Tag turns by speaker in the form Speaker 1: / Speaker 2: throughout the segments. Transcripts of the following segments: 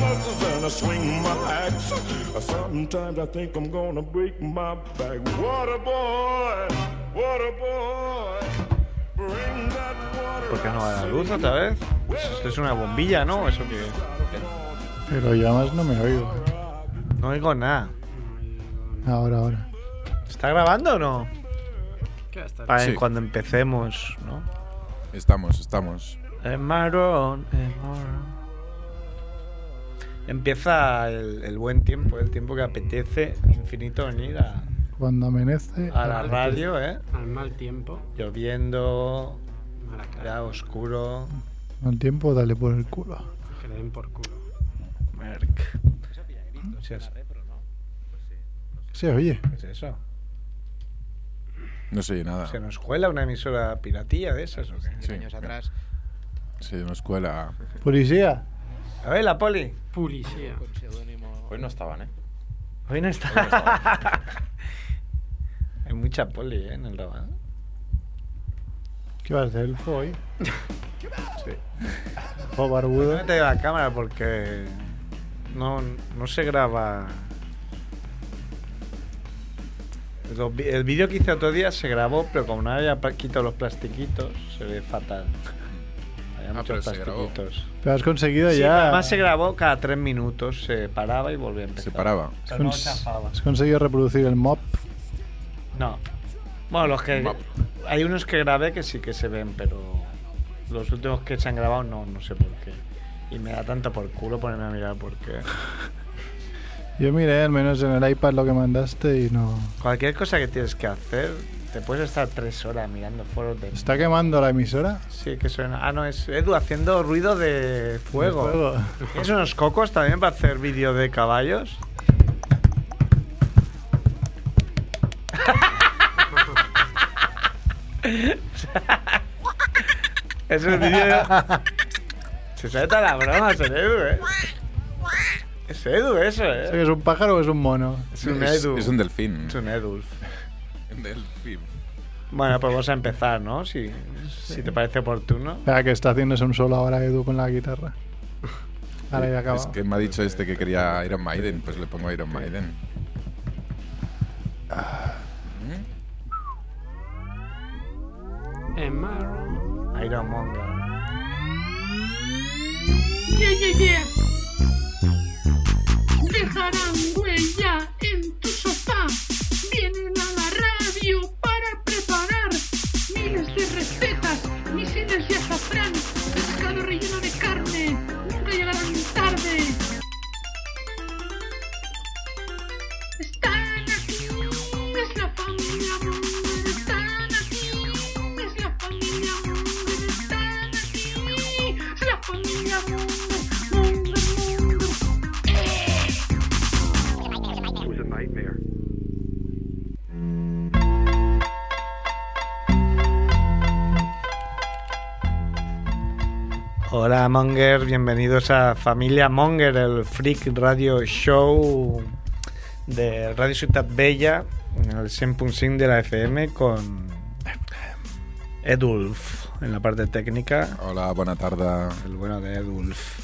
Speaker 1: gonna swing my axe. Uh, Sometimes I think I'm gonna break my back. Water boy, water boy, bring that water.
Speaker 2: ¿Por qué no va la luz otra vez? Pues esto es una bombilla, ¿no? Eso que.
Speaker 3: Pero ya más no me oigo.
Speaker 2: No oigo nada.
Speaker 3: Ahora, ahora.
Speaker 2: ¿Está grabando o no?
Speaker 4: Ya está.
Speaker 2: Para en
Speaker 5: Sí.
Speaker 2: cuando empecemos, ¿no?
Speaker 5: Estamos, estamos.
Speaker 2: El marrón, el marrón. Empieza el, el buen tiempo, el tiempo que apetece infinito venir a,
Speaker 3: Cuando amanece.
Speaker 2: a la radio, ¿eh?
Speaker 4: Al mal tiempo.
Speaker 2: Lloviendo,
Speaker 4: Mala cara.
Speaker 2: ya oscuro.
Speaker 3: Al tiempo, dale por el culo.
Speaker 4: Que le den por culo.
Speaker 2: Merc. ¿Qué es,
Speaker 3: Se oye.
Speaker 2: qué es eso?
Speaker 5: No se oye nada.
Speaker 2: ¿Se nos cuela una emisora piratilla de esas o qué?
Speaker 5: Sí,
Speaker 6: años
Speaker 5: mira,
Speaker 6: atrás.
Speaker 5: Se nos cuela.
Speaker 3: Policía.
Speaker 2: A ver, la poli.
Speaker 4: Policía.
Speaker 6: Con seudónimo.
Speaker 7: Hoy no estaban, ¿eh?
Speaker 2: Hoy no está. Hay mucha poli, ¿eh? En el Raval.
Speaker 3: ¿Qué va a hacer el hoy? sí. Jo barbudo.
Speaker 2: Póngate la cámara porque no, no se graba. Los vi- El vídeo que hice otro día se grabó, pero como no había pa- quitado los plastiquitos, se ve fatal.
Speaker 5: Ah,
Speaker 2: Había
Speaker 5: pero
Speaker 2: muchos
Speaker 5: se grabó.
Speaker 2: plastiquitos.
Speaker 3: Pero has conseguido
Speaker 2: Sí,
Speaker 3: ya.
Speaker 2: Además se grabó cada tres minutos, se paraba y volvía a empezar.
Speaker 5: Se paraba.
Speaker 3: has
Speaker 2: Pero no
Speaker 3: cons-
Speaker 2: chafaba.
Speaker 3: Has conseguido reproducir el mop.
Speaker 2: No. Bueno, los que.
Speaker 5: Map.
Speaker 2: Hay unos que grabé que sí que se ven, pero los últimos que se han grabado no, no sé por qué. Y me da tanto por culo ponerme a mirar por qué.
Speaker 3: Yo miré al menos en el iPad lo que mandaste y no.
Speaker 2: Cualquier cosa que tienes que hacer, te puedes estar tres horas mirando foros de.
Speaker 3: ¿Está quemando la emisora?
Speaker 2: Sí, que suena. Ah, no, es Edu haciendo ruido de fuego.
Speaker 3: De fuego.
Speaker 2: ¿Tienes unos cocos también para hacer vídeo de caballos? es el vídeo. de- Se sabe toda la broma, es el Edu, ¿eh? Es Edu eso,
Speaker 3: ¿Eso que
Speaker 2: ¿eh?
Speaker 3: ¿Es un pájaro o es un mono?
Speaker 2: Es un
Speaker 5: es,
Speaker 2: Edu.
Speaker 5: es un delfín.
Speaker 2: Es un Edulf.
Speaker 5: Un delfín.
Speaker 2: Bueno, pues vamos a empezar, ¿no? Si, si te parece oportuno.
Speaker 3: Espera, que está haciéndose un solo ahora Edu con la guitarra. Ahora ya acaba.
Speaker 5: Es que me ha dicho este que quería Iron Maiden, pues le pongo Iron Maiden.
Speaker 4: En marrón.
Speaker 2: Iron Monger.
Speaker 8: Yeah, yeah, yeah. Dejarán huella en tu sofá. Vienen a la radio para preparar miles de recetas, misiles de azafrán, pescado relleno de carne. Nunca llegarán tarde. Están aquí, es la familia Munger. Están aquí, es la familia Munger. Están aquí, es la familia Munger. Munger, Munger.
Speaker 2: Hola Monger, bienvenidos a Familia Monger, el Freak Radio Show de Radio Ciudad Bella, en el 100.5 de la FM con Edulf en la parte técnica,
Speaker 5: Hola, buena tarde.
Speaker 2: el bueno de Edulf.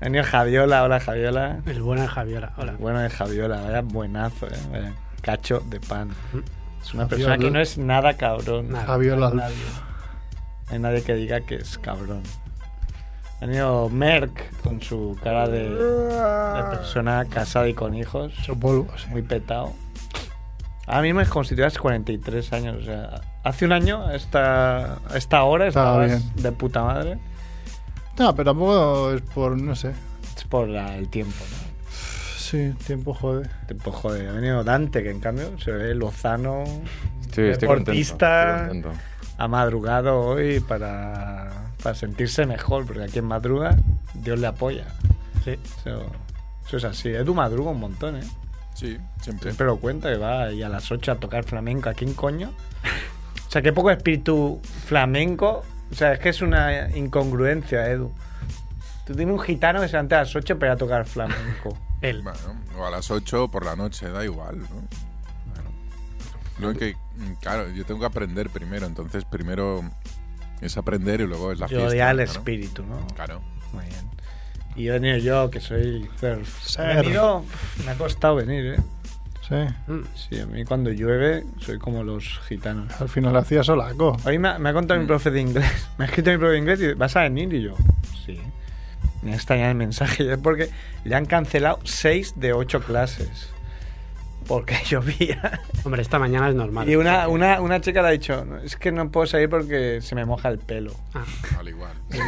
Speaker 2: Daniel Javiola, hola Javiola.
Speaker 4: El bueno de Javiola. Hola.
Speaker 2: El bueno de Javiola, vaya buenazo, eh, vaya cacho de pan. Es una persona que no es nada cabrón.
Speaker 4: Nada.
Speaker 3: Javiola.
Speaker 2: No hay nadie que diga que es cabrón. Ha venido Merck con su cara de, de persona casada y con hijos,
Speaker 3: Hecho polvo, sí.
Speaker 2: muy petado. Ahora mismo es constituidas 43 años. O sea, hace un año, a esta, a esta hora,
Speaker 3: Estaba
Speaker 2: estabas de puta madre.
Speaker 3: No, pero tampoco es por, no sé.
Speaker 2: Es por la- el tiempo, ¿no?
Speaker 3: Sí, tiempo jode.
Speaker 2: Te- pues, joder, ha venido Dante, que en cambio se ve lozano.
Speaker 7: Sí, estoy contento,
Speaker 2: Deportista.
Speaker 7: estoy contento.
Speaker 2: Ha madrugado hoy para, para sentirse mejor, porque aquí en madruga Dios le apoya.
Speaker 4: Sí.
Speaker 2: Eso, eso es así. Edu madruga un montón, ¿eh?
Speaker 5: Sí, siempre.
Speaker 2: Siempre lo cuenta que va ahí a las 8 a tocar flamenco. ¿A quién coño? O sea, qué poco espíritu flamenco. O sea, es que es una incongruencia, Edu. Tú tienes un gitano que se levanta a las 8 para ir a tocar flamenco.
Speaker 4: Él.
Speaker 5: Bueno, o a las 8 por la noche, da igual, ¿no? Bueno. Lo que, claro, yo tengo que aprender primero, entonces primero Es aprender y luego es la
Speaker 2: Yo
Speaker 5: fiesta.
Speaker 2: odiaba el
Speaker 5: ¿no?
Speaker 2: espíritu, ¿no?
Speaker 5: Claro.
Speaker 2: Muy bien. Y yo he venido yo, que soy surf.
Speaker 3: Surf.
Speaker 2: He venido- me ha costado venir, ¿eh?
Speaker 3: Sí.
Speaker 4: Mm.
Speaker 2: Sí, a mí cuando llueve soy como los gitanos.
Speaker 3: Al final hacía solaco.
Speaker 2: Hoy me ha, me ha contado mi profe de inglés. Me ha escrito mi profe de inglés y ¿vas a venir? Y yo, sí. Me ha extrañado el mensaje. y es porque le han cancelado 6 de 8 clases. Porque llovía.
Speaker 4: Hombre, esta mañana es normal.
Speaker 2: Y una, una, una chica le ha dicho, "No, es que no puedo salir porque se me moja el pelo.
Speaker 4: Ah,
Speaker 5: Al igual.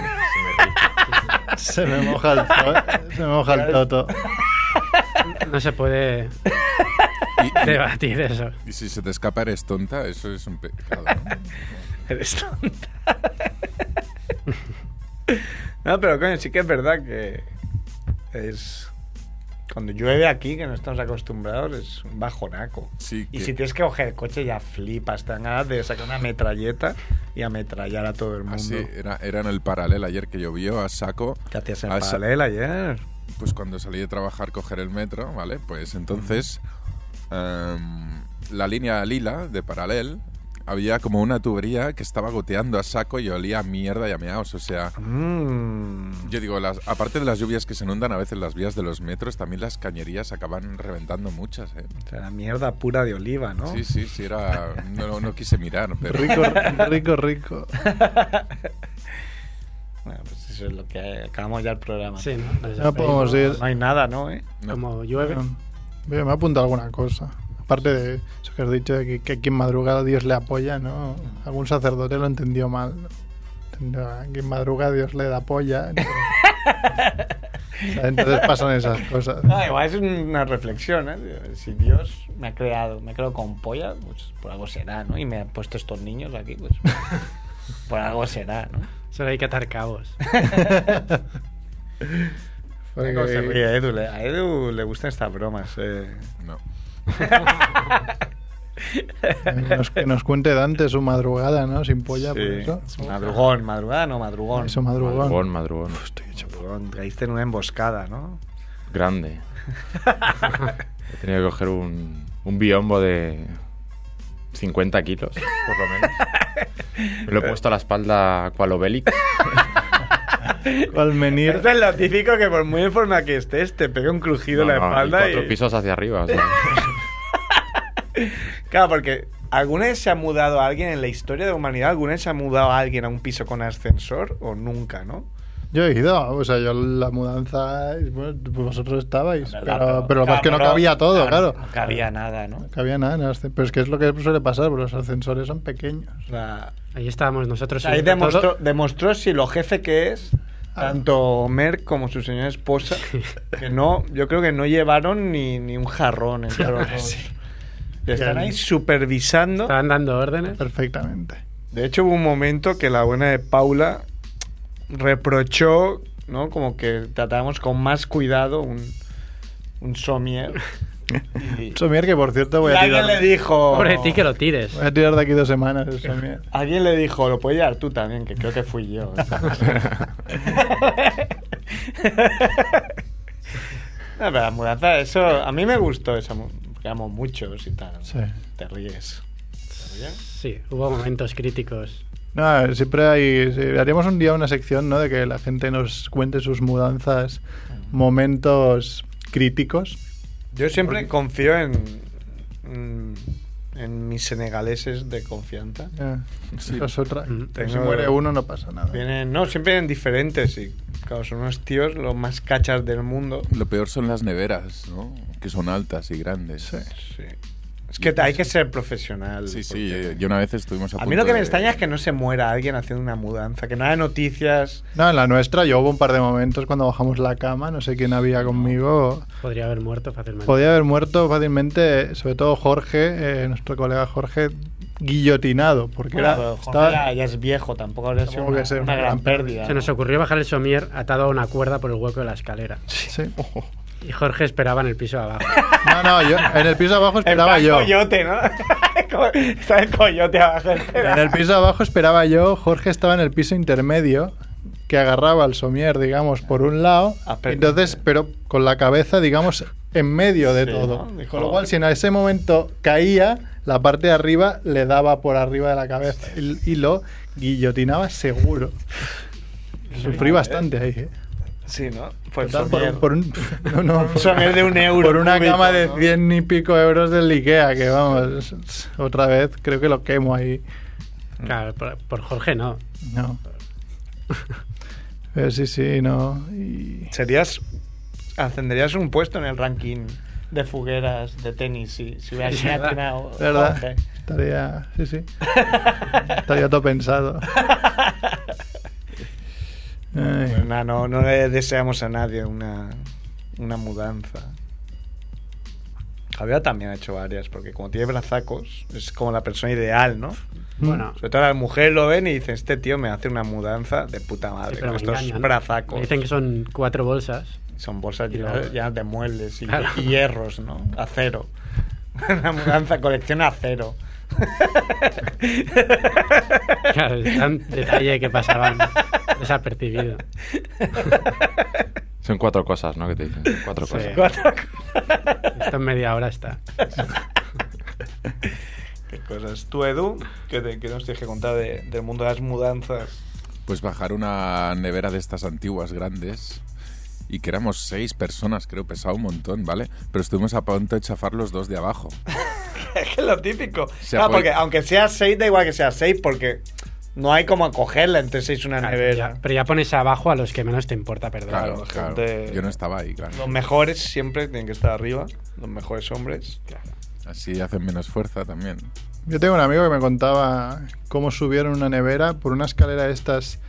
Speaker 3: Se me moja el, to- se me moja el toto.
Speaker 4: no se puede
Speaker 5: Y,
Speaker 4: debatir eso.
Speaker 5: y- y si se te escapa eres tonta, eso es un pecado. ¿no?
Speaker 2: Eres tonta. no, pero coño, sí que es verdad que es. Cuando llueve aquí, que no estamos acostumbrados, es un bajonaco.
Speaker 5: Sí,
Speaker 2: Y
Speaker 5: que-
Speaker 2: si tienes que coger el coche, ya flipas. Te dan ganas de sacar una metralleta y ametrallar a todo el mundo.
Speaker 5: Así era, era en el paralelo ayer que llovió a saco.
Speaker 2: ¿Qué hacías en
Speaker 5: Ah, esa-
Speaker 2: paralelo ayer?
Speaker 5: Pues cuando salí de trabajar coger el metro, ¿vale? Pues entonces em, la línea lila de paralel había como una tubería que estaba goteando a saco y olía a mierda y a meaos, o sea...
Speaker 2: Mm.
Speaker 5: Yo digo, las, aparte de las lluvias que se inundan a veces las vías de los metros, también las cañerías acaban reventando muchas, ¿eh?
Speaker 2: O sea, la mierda pura de oliva, ¿no?
Speaker 5: Sí, sí, sí, era... No, no- no quise mirar, pero...
Speaker 3: Rico, rico, rico.
Speaker 2: Bueno, pues eso es lo que hay. acabamos ya el programa.
Speaker 4: Sí, ¿no? Pues
Speaker 3: No podemos ir.
Speaker 2: No hay nada, ¿no? ¿Eh?
Speaker 5: No.
Speaker 4: Como llueve.
Speaker 3: Mira, me ha apuntado alguna cosa. Aparte de eso que has dicho, de que, que aquí en madrugada Dios le apoya, ¿no? Algún sacerdote lo entendió mal. ¿no? Entendió, Aquí en madrugada Dios le da polla. Entonces, O sea, entonces pasan esas cosas.
Speaker 2: No, igual es una reflexión, ¿eh? Si Dios me ha creado, me ha creado con polla, pues por algo será, ¿no? Y me ha puesto estos niños aquí, pues por algo será, ¿no?
Speaker 4: Solo hay que atar cabos.
Speaker 3: Porque-
Speaker 2: Se ríe Edu, le- a Edu le gustan estas bromas. eh.
Speaker 5: No.
Speaker 3: nos- que nos cuente Dante su madrugada, ¿no? Sin polla,
Speaker 2: Sí.
Speaker 3: por eso.
Speaker 2: Madrugón, madrugada, no, madrugón.
Speaker 3: Eso, madrugón.
Speaker 6: Madrugón, madrugón.
Speaker 2: Madrugón, caíste en una emboscada, ¿no?
Speaker 6: Grande. He tenido que coger un, un biombo de 50 kilos, por lo menos. Me lo he puesto a la espalda cual Obelix.
Speaker 3: Al menir.
Speaker 2: Esto es lo típico que por muy en forma que estés, te pega un crujido en
Speaker 6: No,
Speaker 2: la
Speaker 6: no, y
Speaker 2: espalda
Speaker 6: cuatro
Speaker 2: y...
Speaker 6: pisos hacia arriba. o sea.
Speaker 2: Claro, porque ¿alguna vez se ha mudado a alguien en la historia de la humanidad? ¿Alguna vez se ha mudado a alguien a un piso con ascensor? O nunca, ¿no?
Speaker 3: Yo he ido, o sea, yo la mudanza, bueno, vosotros estabais,
Speaker 2: Verdad,
Speaker 3: pero, pero lo más que no
Speaker 2: claro,
Speaker 3: cabía todo, claro.
Speaker 2: No cabía nada, ¿no?
Speaker 3: No cabía nada, en el ascen- pero es que es lo que suele pasar, porque los ascensores son pequeños.
Speaker 2: O sea,
Speaker 4: Ahí estábamos nosotros.
Speaker 2: ahí
Speaker 4: subiendo
Speaker 2: demostró,
Speaker 4: todo.
Speaker 2: demostró si lo jefe que es,
Speaker 3: Ah.
Speaker 2: tanto Merck como su señora esposa, que no, yo creo que no llevaron ni, ni un jarrón entre los dos. Y Están ahí supervisando.
Speaker 4: Estaban dando órdenes.
Speaker 3: Perfectamente.
Speaker 2: De hecho, hubo un momento que la buena de Paula reprochó, ¿no? Como que tratábamos con más cuidado un, un somier. Y,
Speaker 3: Somier, que por cierto voy
Speaker 2: y
Speaker 3: a
Speaker 2: alguien le
Speaker 3: tirar,
Speaker 2: dijo...
Speaker 4: Pobre ti que lo tires.
Speaker 3: voy a tirar de aquí dos semanas, el Somier.
Speaker 2: Alguien le dijo, lo puedes llevar tú también, que creo que fui yo. no, pero la mudanza, eso, a mí me gustó, esa, mu- porque amo muchos y tal.
Speaker 3: Sí.
Speaker 2: Te ríes. ¿Te ríes?
Speaker 4: Sí, hubo momentos críticos.
Speaker 3: No, siempre hay, sí, haríamos un día una sección, ¿no? De que la gente nos cuente sus mudanzas, momentos críticos.
Speaker 2: Yo siempre confío en, en, en mis senegaleses de confianza.
Speaker 3: Ya,
Speaker 5: Sí.
Speaker 3: Esa es otra.
Speaker 4: Mm,
Speaker 3: Si
Speaker 2: tengo-
Speaker 3: muere uno no pasa nada.
Speaker 2: Vienen, no, siempre vienen diferentes y, claro, son unos tíos los más cachas del mundo.
Speaker 5: Lo peor son las neveras, ¿no? Que son altas y grandes. Sí,
Speaker 2: Sí. Es que hay que ser profesional.
Speaker 5: sí,
Speaker 2: porque-
Speaker 5: yo una vez estuvimos a
Speaker 2: A
Speaker 5: punto
Speaker 2: mí lo que me
Speaker 5: de-
Speaker 2: extraña es que no se muera alguien haciendo una mudanza, que no haya noticias.
Speaker 3: No, en la nuestra yo hubo un par de momentos cuando bajamos la cama, no sé quién había conmigo.
Speaker 4: Podría haber muerto fácilmente.
Speaker 3: Podía haber muerto fácilmente, sobre todo Jorge, eh, nuestro colega Jorge, guillotinado, porque
Speaker 2: Bueno,
Speaker 3: era,
Speaker 2: pero Jorge
Speaker 3: estaba-
Speaker 2: ya- ya es viejo, tampoco habría sido
Speaker 3: Tampoco
Speaker 2: una,
Speaker 3: que sea
Speaker 2: una
Speaker 3: una
Speaker 2: gran
Speaker 3: gran
Speaker 2: pérdida.
Speaker 4: Se nos
Speaker 2: ¿no?
Speaker 4: ocurrió bajar el somier atado a una cuerda por el hueco de la escalera.
Speaker 3: Sí.
Speaker 4: Y Jorge esperaba en el piso de abajo.
Speaker 3: No, no, yo en el piso abajo
Speaker 2: En
Speaker 3: esperaba
Speaker 2: plan
Speaker 3: yo.
Speaker 2: coyote, ¿no? Como- Está el coyote abajo.
Speaker 3: En el piso abajo esperaba yo, Jorge estaba en el piso intermedio, que agarraba al somier, digamos, por un lado,
Speaker 2: Ah, pero-
Speaker 3: entonces, pero con la cabeza, digamos, en medio de
Speaker 2: Sí,
Speaker 3: todo.
Speaker 2: ¿no? Dijo-
Speaker 3: Con lo cual, si en ese momento caía, la parte de arriba le daba por arriba de la cabeza y, y lo guillotinaba seguro. Sufrí bastante ahí, ¿eh?
Speaker 2: Sí, ¿no? Pues
Speaker 3: Total,
Speaker 2: Somier.
Speaker 3: por, por un, no, no, por-
Speaker 2: Somier de un euro.
Speaker 3: por una
Speaker 2: cúbico,
Speaker 3: cama de
Speaker 2: ¿no?
Speaker 3: 100 y pico euros del Ikea, que vamos, otra vez creo que lo quemo ahí.
Speaker 4: Claro, por, por Jorge no.
Speaker 3: No. Pero Eh, sí, sí, no. Y...
Speaker 2: Serías. Ascenderías un puesto en el ranking de fugueras de tenis si, si hubieras
Speaker 4: Es verdad.
Speaker 2: atinado,
Speaker 3: ¿Verdad?
Speaker 2: Jorge.
Speaker 3: Estaría. Sí, sí. Estaría todo pensado. Ay.
Speaker 2: Pues nada, no, no le deseamos a nadie una, una mudanza. Javier también ha hecho varias, porque como tiene brazacos, es como la persona ideal, ¿no?
Speaker 4: Bueno,
Speaker 2: Sobre todo las mujeres lo ven y dicen, este tío me hace una mudanza de puta madre
Speaker 4: sí, pero me
Speaker 2: con estos
Speaker 4: engañan.
Speaker 2: brazacos.
Speaker 4: Me dicen que son cuatro bolsas.
Speaker 2: Son bolsas
Speaker 4: Y
Speaker 2: llenas,
Speaker 4: luego-
Speaker 2: llenas de muebles y,
Speaker 4: Claro.
Speaker 2: y hierros, ¿no? Acero. Una mudanza, colección acero.
Speaker 4: Claro, es tan detalle que pasaban desapercibido.
Speaker 6: Son cuatro cosas, ¿no? Que te dicen. Cuatro
Speaker 4: Sí.
Speaker 6: cosas.
Speaker 2: Cuatro
Speaker 4: Esto en media hora está.
Speaker 2: Qué cosas. Tú, Edu, ¿qué, te- qué nos tienes que contar de- del mundo de las mudanzas?
Speaker 5: Pues bajar una nevera de estas antiguas grandes y que éramos seis personas, creo, pesaba un montón, ¿vale? Pero estuvimos a punto de chafar los dos de abajo.
Speaker 2: Es que es lo típico.
Speaker 5: Se
Speaker 2: Claro,
Speaker 5: apoya-
Speaker 2: porque aunque sea 6, da igual que sea 6, porque no hay como acogerla entre 6 una nevera.
Speaker 4: Ya- pero ya pones abajo a los que menos te importa perder.
Speaker 5: Claro,
Speaker 2: Claro,
Speaker 5: claro.
Speaker 2: gente-
Speaker 5: Yo no estaba ahí, claro.
Speaker 2: Los mejores siempre tienen que estar arriba, los mejores hombres.
Speaker 5: Así hacen menos fuerza también.
Speaker 3: Yo tengo un amigo que me contaba cómo subieron una nevera por una escalera de estas,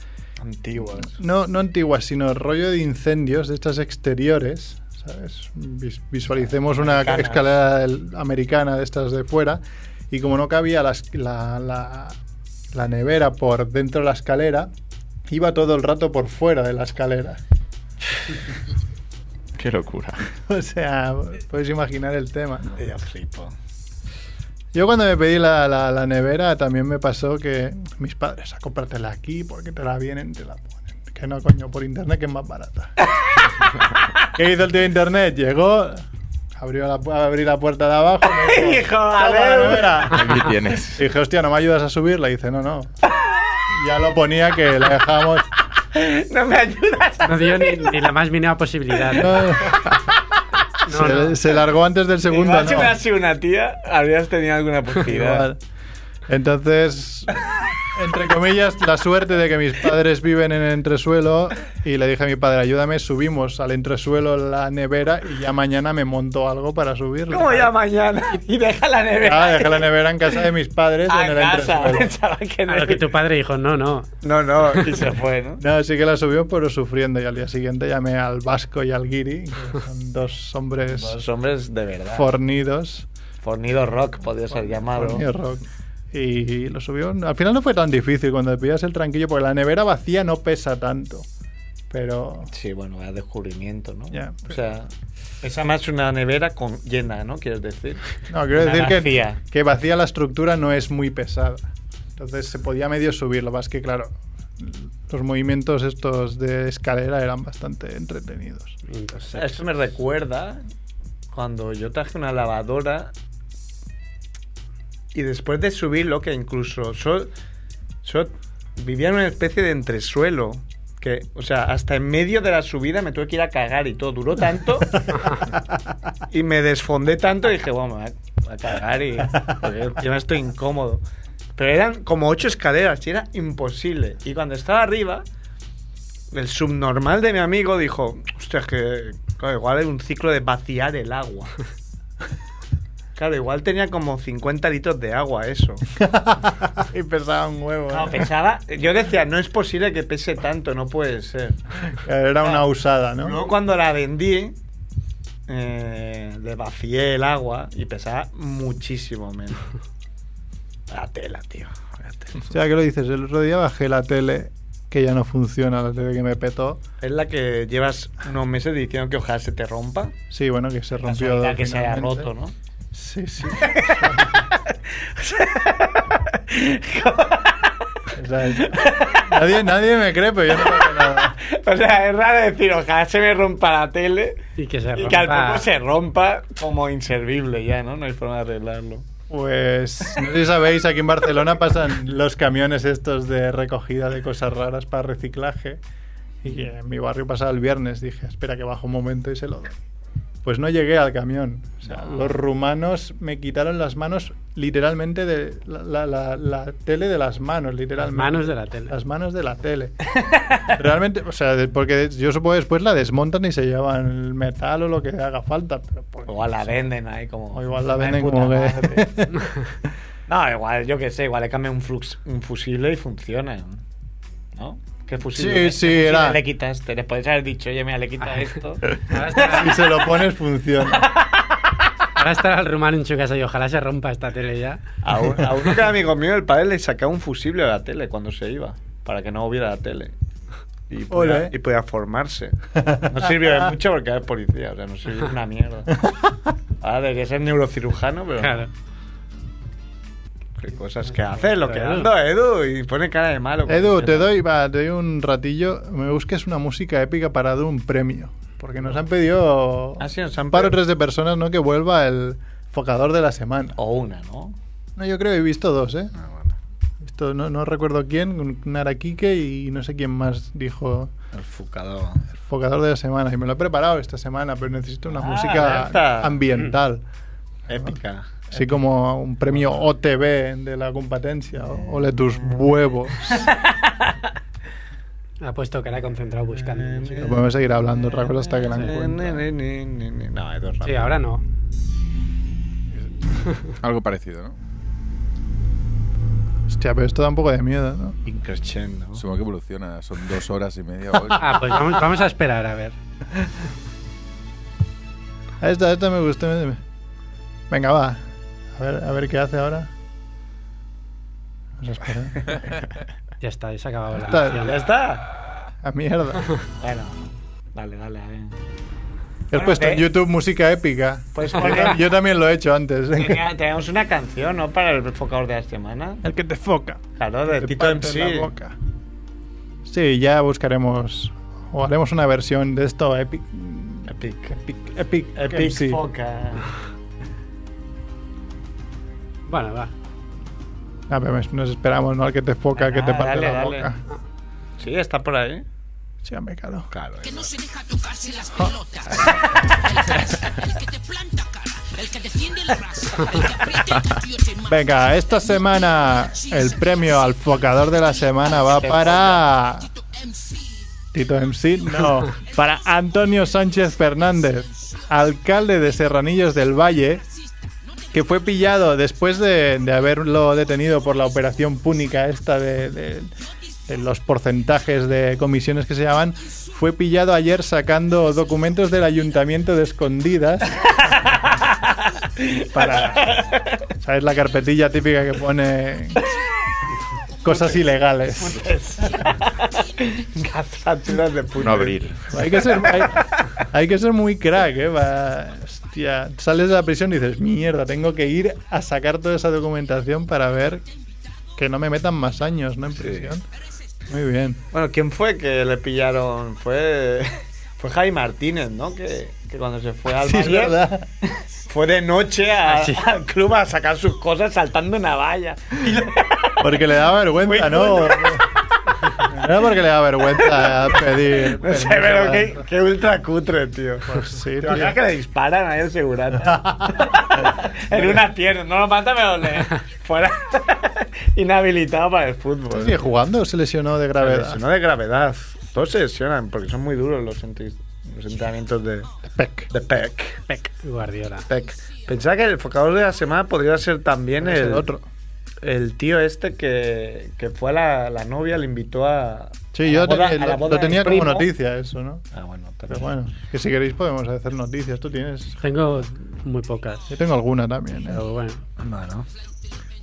Speaker 2: Antiguas.
Speaker 3: no, no antiguas, sino rollo de incendios, de estas exteriores, ¿sabes? Vis- Visualicemos una
Speaker 2: Americanas.
Speaker 3: escalera del- americana de estas de fuera y como no cabía las- la, la- la nevera por dentro de la escalera, iba todo el rato por fuera de la escalera.
Speaker 6: Qué locura.
Speaker 3: O sea, podéis imaginar el tema. ¿no?
Speaker 2: Yo flipo.
Speaker 3: Yo cuando me pedí la, la- la nevera también me pasó que mis padres, a cómpratela aquí porque te la vienen, te la ponen. Que no, coño, por internet que es más barata. ¿Qué hizo el tío de internet? Llegó, abrió la, pu- abrí la puerta de abajo. me dijo,
Speaker 2: ¡Hijo de
Speaker 3: "Toma la
Speaker 2: Aleu!".
Speaker 3: nevera.
Speaker 6: Aquí tienes.
Speaker 3: Dije, hostia, ¿no me ayudas a subirla? Y dice, no, no. Ya lo ponía que la dejamos.
Speaker 2: No me ayudas.
Speaker 4: No dio ni, ni la más mínima posibilidad.
Speaker 3: No,
Speaker 4: No,
Speaker 3: se,
Speaker 4: no.
Speaker 3: se largó antes del segundo.
Speaker 2: Igual si
Speaker 3: no.
Speaker 2: hubiera sido una tía, habrías tenido alguna oportunidad.
Speaker 3: Igual. Entonces, entre comillas, la suerte de que mis padres viven en el entresuelo y le dije a mi padre, ayúdame, subimos al entresuelo la nevera y ya mañana me monto algo para subirlo.
Speaker 2: ¿Cómo ya mañana? Y deja la nevera.
Speaker 3: Ah, dejé la nevera en casa de mis padres
Speaker 2: a
Speaker 3: en el
Speaker 2: Ah, casa.
Speaker 3: entresuelo.
Speaker 2: Pensaba que no.
Speaker 4: A lo que tu padre dijo, no, no.
Speaker 2: No, no, y se fue, ¿no?
Speaker 3: No, sí que la subió, pero sufriendo. Y al día siguiente llamé al Vasco y al Guiri, que son dos hombres
Speaker 2: Los hombres de verdad.
Speaker 3: fornidos.
Speaker 2: Fornido rock podría ser llamado.
Speaker 3: Fornido rock. Y lo subió. Al final no fue tan difícil cuando te pillas el tranquillo, porque la nevera vacía no pesa tanto. Pero
Speaker 2: Sí, bueno, era descubrimiento, ¿no?
Speaker 3: Ya,
Speaker 2: o sea, esa más una nevera con llena, ¿no? Quieres decir.
Speaker 3: No, quiero
Speaker 2: Una
Speaker 3: decir que,
Speaker 2: vacía.
Speaker 3: que vacía la estructura no es muy pesada. Entonces se podía medio subir, lo más que claro, los movimientos estos de escalera eran bastante entretenidos.
Speaker 4: Entonces,
Speaker 2: Esto me recuerda cuando yo traje una lavadora y después de subirlo, que incluso yo, yo vivía en una especie de entresuelo. Que, o sea, hasta en medio de la subida me tuve que ir a cagar y todo. Duró tanto y me desfondé tanto y dije, bueno, me voy a cagar y porque yo me estoy incómodo. Pero eran como ocho escaleras y era imposible. Y cuando estaba arriba, el subnormal de mi amigo dijo, hostia, es que claro, igual hay un ciclo de vaciar el agua. Claro, igual tenía como 50 litros de agua eso.
Speaker 3: y pesaba un huevo.
Speaker 2: Claro,
Speaker 3: ¿eh?
Speaker 2: pensaba, yo decía, no es posible que pese tanto, no puede ser.
Speaker 3: Era una
Speaker 2: Claro.
Speaker 3: usada,
Speaker 2: Luego
Speaker 3: ¿no?
Speaker 2: cuando la vendí, eh, le vacié el agua y pesaba muchísimo menos. La tela, tío. la tela.
Speaker 3: O sea, ¿qué lo dices? El otro día bajé la tele, que ya no funciona, la tele que me petó.
Speaker 2: Es la que llevas unos meses diciendo que ojalá se te rompa.
Speaker 3: Sí, bueno, que se rompió.
Speaker 2: La que se haya
Speaker 3: finalmente.
Speaker 2: roto, ¿no?
Speaker 3: Sí, sí. O sea, es- nadie, nadie me cree, pero yo no creo nada.
Speaker 2: O sea, es raro decir, ojalá se me rompa la tele
Speaker 4: y que se
Speaker 2: y que al
Speaker 4: rompa.
Speaker 2: poco se rompa como inservible ya, ¿no? No hay forma de arreglarlo.
Speaker 3: Pues no sé si sabéis, aquí en Barcelona pasan los camiones estos de recogida de cosas raras para reciclaje. Y que en mi barrio pasaba el viernes, dije, espera que bajo un momento y se lo doy. Pues no llegué al camión. O sea, los rumanos me quitaron las manos literalmente de la, la- la- la tele de las manos,
Speaker 4: Las
Speaker 3: literalmente.
Speaker 4: manos de la tele.
Speaker 3: Las manos de la tele. Realmente, o sea, de- porque yo supongo que después la desmontan y se llevan el metal o lo que haga falta. Pero pues,
Speaker 2: Igual la venden ahí como.
Speaker 3: O igual la
Speaker 2: Ay,
Speaker 3: venden
Speaker 2: puta
Speaker 3: como que-
Speaker 2: madre. no, igual, yo qué sé, igual le cambian un, flux, un fusible y funciona. ¿No? ¿Qué fusible?
Speaker 3: Sí,
Speaker 2: ¿Qué
Speaker 3: sí,
Speaker 2: fusible
Speaker 3: era-
Speaker 2: Le quitaste, le podéis haber dicho, oye, mira, le quita esto.
Speaker 4: Ahora estará,
Speaker 3: Si se lo pones, funciona.
Speaker 4: ahora estará el rumano en su casa y ojalá se rompa esta tele ya.
Speaker 2: A, un- a uno que era amigo mío, el padre le sacaba un fusible a la tele cuando se iba, para que no hubiera la tele. Y podía,
Speaker 3: Ole.
Speaker 2: y podía formarse. No sirvió de mucho porque es policía, o sea, no sirvió de una mierda. Ahora de que ser neurocirujano, pero.
Speaker 4: Claro.
Speaker 2: Qué cosas que hace, lo que
Speaker 4: Claro.
Speaker 2: ando, Edu, y pone cara de malo.
Speaker 3: Edu, te doy, va, te doy un ratillo. Me busques una música épica para dar un premio. Porque nos han pedido
Speaker 2: Ah, sí, nos han
Speaker 3: un par o
Speaker 2: pedido.
Speaker 3: tres de personas ¿no? que vuelva el focador de la semana.
Speaker 2: O una, ¿no?
Speaker 3: No, yo creo que he visto dos, ¿eh?
Speaker 5: Ah, bueno.
Speaker 3: He visto- no, no recuerdo quién, Naraquique y no sé quién más dijo
Speaker 2: El fucador.
Speaker 3: el focador de la semana. Y me lo he preparado esta semana, pero necesito una
Speaker 2: Ah, Mm.
Speaker 3: música
Speaker 2: esta.
Speaker 3: ambiental.
Speaker 2: Épica.
Speaker 3: Así como un premio OTB de la competencia.
Speaker 2: Eh.
Speaker 3: o- Ole tus huevos.
Speaker 4: Ha puesto cara concentrado buscando. música.
Speaker 3: Lo podemos seguir hablando otra cosa hasta que la encuentre.
Speaker 2: No, Edu es
Speaker 4: Sí,
Speaker 2: rápido.
Speaker 4: ahora no.
Speaker 5: Algo parecido, ¿no?
Speaker 3: Hostia, pero esto da un poco de miedo, ¿no?
Speaker 2: Increchendo.
Speaker 5: Supongo que evoluciona. Son dos horas y media. o ocho.
Speaker 4: Ah, pues vamos, vamos a esperar a ver.
Speaker 3: A Esta, esta me gustó. Venga, va. A ver, a ver qué hace ahora. Vamos a esperar.
Speaker 4: Ya está, ya se ha acabado la
Speaker 3: Está-
Speaker 4: canción.
Speaker 2: ¿Ya está?
Speaker 3: A mierda.
Speaker 2: Bueno, dale, dale, a ver.
Speaker 3: Has
Speaker 2: Bueno,
Speaker 3: puesto en
Speaker 2: te-
Speaker 3: YouTube música épica.
Speaker 2: Pues
Speaker 3: Yo
Speaker 2: ponle-
Speaker 3: tam- Yo también lo he hecho antes.
Speaker 2: Tenía- Teníamos una canción, ¿no? Para el focador de la semana.
Speaker 3: El que te foca.
Speaker 2: Claro, de
Speaker 3: Te
Speaker 2: Tito
Speaker 3: parte
Speaker 2: MC.
Speaker 3: la boca. Sí, ya buscaremos. O haremos una versión de esto epic.
Speaker 2: Epic.
Speaker 3: Epic. Epic.
Speaker 2: Epic
Speaker 3: MC.
Speaker 2: Foca.
Speaker 4: Bueno, va.
Speaker 3: Ah, pero nos esperamos, ¿no? Al que te foca, al que te
Speaker 2: Ah,
Speaker 3: parte
Speaker 2: dale,
Speaker 3: la
Speaker 2: dale.
Speaker 3: boca.
Speaker 2: Sí, está por ahí.
Speaker 3: Sí, me caro.
Speaker 2: Claro.
Speaker 7: que no se deja tocarse las pelotas. El, que te planta cara, el que defiende la raza, el que aprieta el cuchillo se mata.
Speaker 3: Venga, esta semana el premio al focador de la semana va para Tito MC, no, para Antonio Sánchez Fernández, alcalde de Serranillos del Valle, que fue pillado después de, de haberlo detenido por la operación púnica esta de, de- de los porcentajes de comisiones que se llaman, fue pillado ayer sacando documentos del ayuntamiento de escondidas para... ¿Sabes la carpetilla típica que pone cosas ilegales?
Speaker 2: Gazaturas de puta.
Speaker 6: No abrir.
Speaker 3: Hay que ser, hay, hay que ser muy crack, ¿eh? Va- hostia, sales de la prisión y dices, mierda, tengo que ir a sacar toda esa documentación para ver que no me metan más años, ¿no? En prisión. Muy bien.
Speaker 2: Bueno, ¿quién fue que le pillaron? Fue, fue Javi Martínez, ¿no? Que, que cuando se fue al
Speaker 3: Sí, es
Speaker 2: Bayern,
Speaker 3: verdad.
Speaker 2: fue de noche a-
Speaker 4: Ah, sí.
Speaker 2: al club a sacar sus cosas saltando una valla.
Speaker 3: Porque le daba vergüenza,
Speaker 2: Muy
Speaker 3: ¿no?
Speaker 2: cool.
Speaker 3: No Era porque le daba vergüenza eh, pedir.
Speaker 2: No
Speaker 3: permiso
Speaker 2: sé, pero
Speaker 3: para
Speaker 2: qué,
Speaker 3: entrar.
Speaker 2: qué ultra cutre, tío.
Speaker 3: Pues sí,
Speaker 2: ¿Te
Speaker 3: tío.
Speaker 2: imaginas que le disparan ahí al segurata? en una pierna. No lo mata, pero le... Fuera. Inhabilitado para el fútbol.
Speaker 3: ¿Sigue jugando o se lesionó de gravedad?
Speaker 2: no de gravedad. Todos se lesionan porque son muy duros los, enti- los entrenamientos de,
Speaker 3: Peck.
Speaker 2: de PEC.
Speaker 4: Pec, Guardiola.
Speaker 2: Peck. Pensaba que el focador de la semana podría ser también
Speaker 3: Es
Speaker 2: el,
Speaker 3: el otro.
Speaker 2: el tío este que, que fue a la, la novia, le invitó a. a
Speaker 3: Sí, yo
Speaker 2: la boda-
Speaker 3: tenía-
Speaker 2: a la
Speaker 3: lo-
Speaker 2: boda
Speaker 3: lo
Speaker 2: del
Speaker 3: tenía como
Speaker 2: primo.
Speaker 3: noticia eso, ¿no?
Speaker 2: Ah, bueno,
Speaker 3: Pero bueno, que si queréis podemos hacer noticias. Tú tienes.
Speaker 4: Tengo muy pocas.
Speaker 3: Yo tengo alguna también. ¿eh?
Speaker 4: Pero bueno,
Speaker 2: Bueno.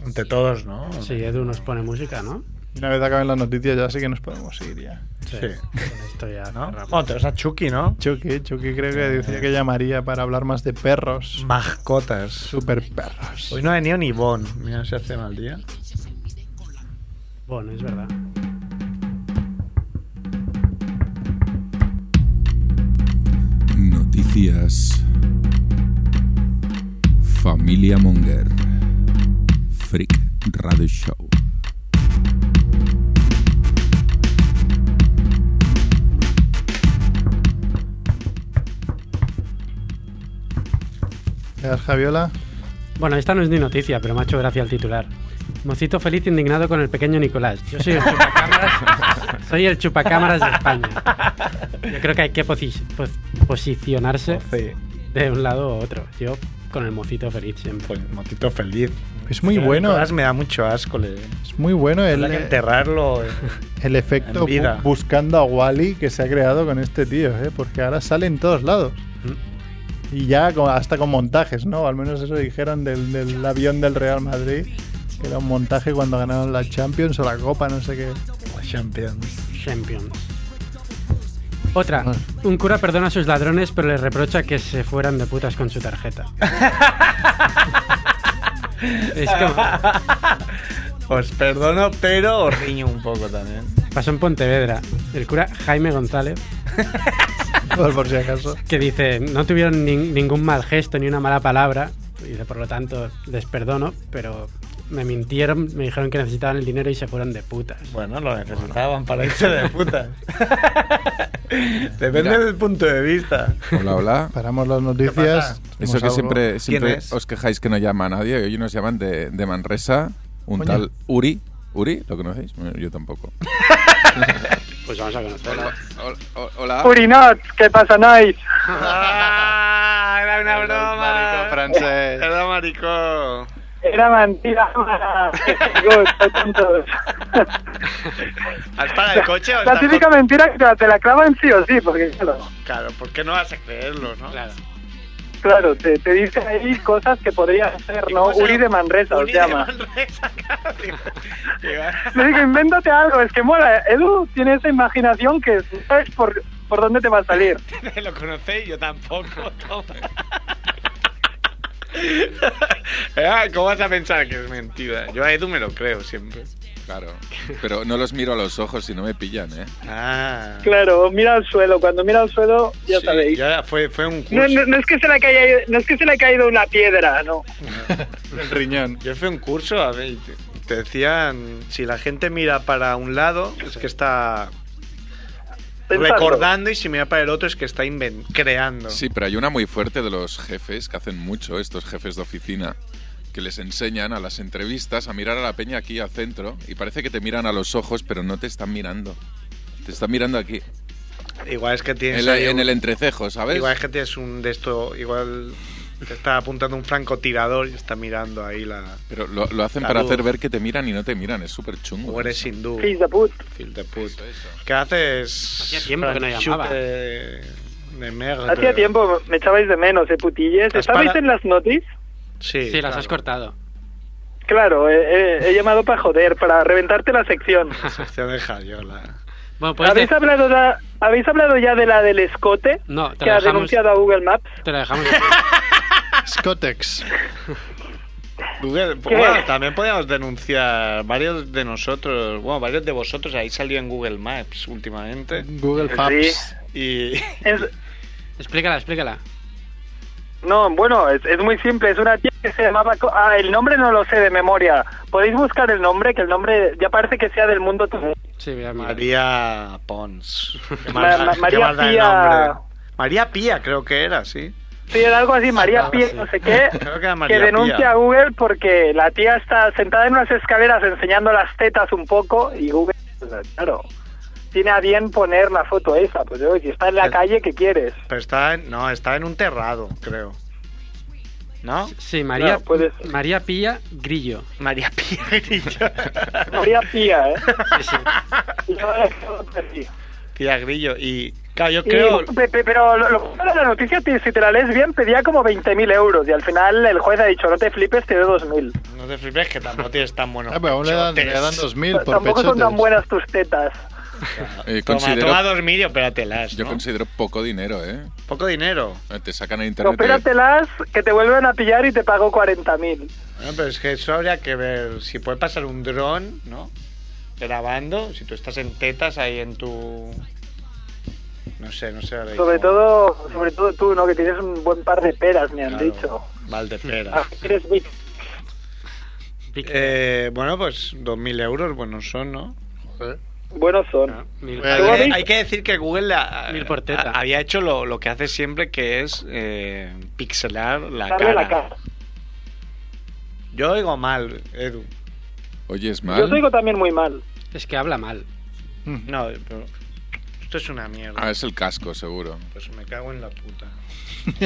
Speaker 2: Entre todos, ¿no?
Speaker 4: si Edu nos pone música, ¿no?
Speaker 3: Una vez acaben las noticias ya sí que nos podemos ir ya.
Speaker 2: Sí.
Speaker 4: Con esto ya
Speaker 2: ¿No?
Speaker 4: cerramos.
Speaker 2: Bueno, tenemos a Chucky, ¿no?
Speaker 3: Chucky, Chucky creo que decía que llamaría para hablar más de perros.
Speaker 2: Mm. Mascotas.
Speaker 3: Super perros.
Speaker 2: Hoy no ha venido ni Bon. Mira, se hace mal día.
Speaker 4: Bueno, es verdad.
Speaker 5: Noticias. Familia Monger. Radio Show.
Speaker 3: ¿Le das Javiola?
Speaker 4: Bueno, esta no es ni noticia, pero me ha hecho gracia el titular. Mocito feliz indignado con el pequeño Nicolás. Yo soy el chupacámaras, soy el chupacámaras de España. Yo creo que hay que posi- pos- posicionarse
Speaker 9: Sí,
Speaker 4: de un lado u otro. Yo con el mocito feliz siempre.
Speaker 9: pues motito feliz.
Speaker 3: Es muy
Speaker 9: Pero
Speaker 3: bueno,
Speaker 9: Nicolás me da mucho asco. Le...
Speaker 3: es muy bueno el,
Speaker 9: Habrá que enterrarlo. eh.
Speaker 3: el efecto
Speaker 9: en vida.
Speaker 3: bu- buscando a Wally que se ha creado con este tío, ¿eh? porque ahora sale en todos lados.
Speaker 9: Mm.
Speaker 3: Y ya con- hasta con montajes, ¿no? Al menos eso dijeron del, del avión del Real Madrid, que era un montaje cuando ganaron la Champions o la Copa, no sé qué.
Speaker 9: Champions.
Speaker 4: Champions. Otra. Un cura perdona a sus ladrones, pero les reprocha que se fueran de putas con su tarjeta. es como...
Speaker 9: Os perdono, pero os riño un poco también.
Speaker 4: Pasó en Pontevedra. El cura Jaime González
Speaker 3: Por, por si acaso.
Speaker 4: que dice, no tuvieron nin- ningún mal gesto ni una mala palabra, y por lo tanto les perdono, pero me mintieron, me dijeron que necesitaban el dinero y se fueron de putas.
Speaker 9: Bueno, lo necesitaban para irse de puta. Depende
Speaker 5: Mira.
Speaker 9: del punto de vista.
Speaker 5: Hola, hola.
Speaker 3: Paramos las
Speaker 9: pasa?
Speaker 3: noticias.
Speaker 5: Eso
Speaker 3: hacemos
Speaker 5: que
Speaker 3: algo.
Speaker 5: siempre, siempre
Speaker 9: es?
Speaker 5: os quejáis que no llama a nadie. Hoy nos llaman de, de Manresa, un
Speaker 3: Coño.
Speaker 5: tal Uri. ¿Uri? ¿Lo conocéis? Bueno, yo tampoco.
Speaker 4: Pues vamos a conocerla.
Speaker 5: Hola. hola.
Speaker 10: Urinot, ¿qué pasa, Night?
Speaker 9: ¡Ah! Era una
Speaker 2: Marico francés.
Speaker 9: Era maricón.
Speaker 10: Era mentira. Digo, soy tonto.
Speaker 2: ¿Has parado el coche o
Speaker 10: La
Speaker 2: estás
Speaker 10: típica mentira que te la, te la clavan sí o sí, porque claro,
Speaker 2: con- Claro, ¿por qué no vas a creerlo, no? Claro.
Speaker 10: claro te, te dicen ahí cosas que podrían ser, ¿no? Uri de Manresa os llama. Le digo, invéntate algo, es que mola. ¿eh? Edu tiene esa imaginación que sabes por, por dónde te va a salir.
Speaker 2: Lo conocéis, yo tampoco. toma. Ah, ¿Cómo vas a pensar que es mentira? Yo a Edu me lo creo siempre.
Speaker 5: Claro. Pero no los miro a los ojos si no me pillan, ¿eh?
Speaker 2: Ah.
Speaker 10: Claro, mira al suelo, cuando mira al suelo ya
Speaker 5: Sí,
Speaker 10: sabéis.
Speaker 2: Ya fue, fue un curso.
Speaker 10: No, no, no es que se le haya, no es que se le haya caído una piedra, no.
Speaker 2: El riñón. Yo fui a un curso, a ver, y te, te decían, si la gente mira para un lado, es que está
Speaker 10: Pensando.
Speaker 2: recordando y si mira para el otro es que está inven- creando.
Speaker 5: Sí, pero hay una muy fuerte de los jefes que hacen mucho, estos jefes de oficina, que les enseñan a las entrevistas a mirar a la peña aquí al centro y parece que te miran a los ojos, pero no te están mirando. Te están mirando aquí,
Speaker 2: Igual es que tienes
Speaker 5: en,
Speaker 2: ahí
Speaker 5: la- en
Speaker 2: un-
Speaker 5: el entrecejo, ¿sabes?
Speaker 2: Igual es que tienes un de esto, igual te está apuntando un francotirador y está mirando ahí la...
Speaker 5: Pero lo, lo hacen
Speaker 2: La
Speaker 5: para
Speaker 2: luz.
Speaker 5: hacer ver que te miran y no te miran, es súper chungo.
Speaker 2: O eres hindú.
Speaker 10: Please the put.
Speaker 2: Fil de put. ¿Qué haces?
Speaker 4: Hacía tiempo que no llamaba.
Speaker 2: Franchute De merda.
Speaker 10: Hacía tiempo me echabais de menos, eh, putilles.
Speaker 2: Pues Las
Speaker 10: ¿Estabais
Speaker 2: para-
Speaker 10: en las noticias?
Speaker 2: Sí,
Speaker 4: Sí, las
Speaker 2: claro.
Speaker 4: has cortado.
Speaker 10: Claro, eh, eh, he llamado para joder, para reventarte la sección.
Speaker 2: La sección de Javiola.
Speaker 4: Bueno, pues
Speaker 10: ¿Habéis hablado, da- ¿Habéis hablado ya de la del escote?
Speaker 4: No, te
Speaker 10: que
Speaker 4: la
Speaker 10: ha
Speaker 4: dejamos-
Speaker 10: denunciado a Google Maps.
Speaker 4: te la dejamos.
Speaker 3: Scotex.
Speaker 2: Google,
Speaker 10: ¿Qué?
Speaker 2: bueno, también podíamos denunciar varios de nosotros, bueno, varios de vosotros ahí salió en Google Maps últimamente
Speaker 3: Google Maps.
Speaker 2: y
Speaker 10: Es-
Speaker 4: explícala, explícala.
Speaker 10: no, bueno, es, es muy simple. Es una tía que se llamaba. co- Ah, el nombre no lo sé de memoria. Podéis buscar el nombre, que el nombre ya parece que sea del mundo. tu-
Speaker 4: Sí, mira, mira.
Speaker 2: María Pons. Qué
Speaker 10: Ma-
Speaker 2: mal-
Speaker 10: ma-
Speaker 2: qué
Speaker 10: María
Speaker 2: mal da el
Speaker 10: Pía.
Speaker 2: nombre. María Pía creo que era, sí.
Speaker 10: Sí, era algo así, María
Speaker 4: Algo
Speaker 10: Pía,
Speaker 4: así.
Speaker 10: no sé qué,
Speaker 2: Ah, Creo que era
Speaker 10: que
Speaker 2: María
Speaker 10: denuncia
Speaker 2: Pía.
Speaker 10: a Google porque la tía está sentada en unas escaleras enseñando las tetas un poco y Google, claro, tiene a bien poner la foto esa. Pues yo, si está en la
Speaker 4: Pero-
Speaker 10: calle, ¿qué quieres?
Speaker 2: Pero está en, no, está en un terrado, creo. ¿No?
Speaker 4: Sí, María,
Speaker 10: Claro, puede ser.
Speaker 4: María Pilla Grillo.
Speaker 2: María Pía Grillo.
Speaker 10: María Pía, ¿eh?
Speaker 4: Sí.
Speaker 10: Y yo, eh, yo perdí.
Speaker 2: Pía Grillo y claro, yo
Speaker 10: Y-
Speaker 2: creo
Speaker 10: pe- pe- pero lo, lo- la noticia, te- si te la lees bien, pedía como 20.000 euros y al final el juez ha dicho, no te flipes, te doy 2.000.
Speaker 2: no te flipes que tampoco tienes tan buenos.
Speaker 3: Ah, pero aún le dan, le
Speaker 2: pechotes.
Speaker 3: dan 2.000 por
Speaker 10: Tampoco son tan
Speaker 3: pechotes.
Speaker 10: buenas tus tetas.
Speaker 5: Eh,
Speaker 2: Toma,
Speaker 5: considero-
Speaker 2: toma dos mil y opératelas,
Speaker 5: Yo
Speaker 2: ¿no?
Speaker 5: considero poco dinero, ¿eh?
Speaker 2: Poco dinero.
Speaker 5: Eh, Te sacan a internet. y-
Speaker 10: Opératelas, que te vuelven a pillar y te pago 40.000.
Speaker 2: Bueno, pero es que eso habría que ver si puede pasar un dron, ¿no? Grabando, si tú estás en tetas ahí en tu... No sé, no sé. ahora
Speaker 10: Sobre
Speaker 2: cómo-
Speaker 10: todo, sobre todo tú, ¿no? Que tienes un buen par de peras, me han Ah,
Speaker 2: Claro,
Speaker 10: dicho.
Speaker 2: Valdepera.
Speaker 10: Ah, eres big.
Speaker 4: Pique.
Speaker 11: Eh, bueno, pues 2.000 euros, bueno, son, ¿no?
Speaker 10: Buenos son.
Speaker 4: Mil-
Speaker 11: Bueno,
Speaker 10: Luego
Speaker 11: hay-
Speaker 10: vi-
Speaker 11: hay que decir que Google ha-
Speaker 4: Mil por teta.
Speaker 11: ha- había hecho lo, lo que hace siempre, que es eh, pixelar la
Speaker 10: Darle
Speaker 11: cara.
Speaker 10: la cara.
Speaker 11: Yo digo mal, Edu.
Speaker 5: Oyes
Speaker 10: Yo os
Speaker 5: mal.
Speaker 10: digo también muy mal.
Speaker 4: Es que habla mal.
Speaker 11: No, pero esto es una mierda.
Speaker 5: Ah, es el casco, seguro.
Speaker 11: Pues me cago en la puta.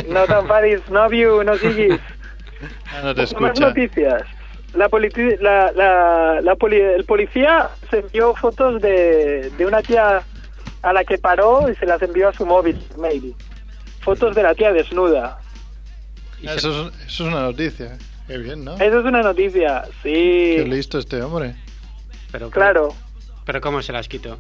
Speaker 10: No te enfades, no view, no sigues.
Speaker 3: Ah, No te
Speaker 10: Más
Speaker 3: escucha.
Speaker 10: noticias. La politi- la, la, la poli- el policía se envió fotos de, de una tía a la que paró y se las envió a su móvil, maybe. Fotos de la tía desnuda.
Speaker 3: Ah. Eso es, eso es una noticia. Qué bien, ¿no?
Speaker 10: Eso es una noticia,
Speaker 3: Qué
Speaker 10: sí.
Speaker 3: listo este hombre.
Speaker 4: Pero,
Speaker 10: Claro.
Speaker 4: Pero ¿cómo se las quitó?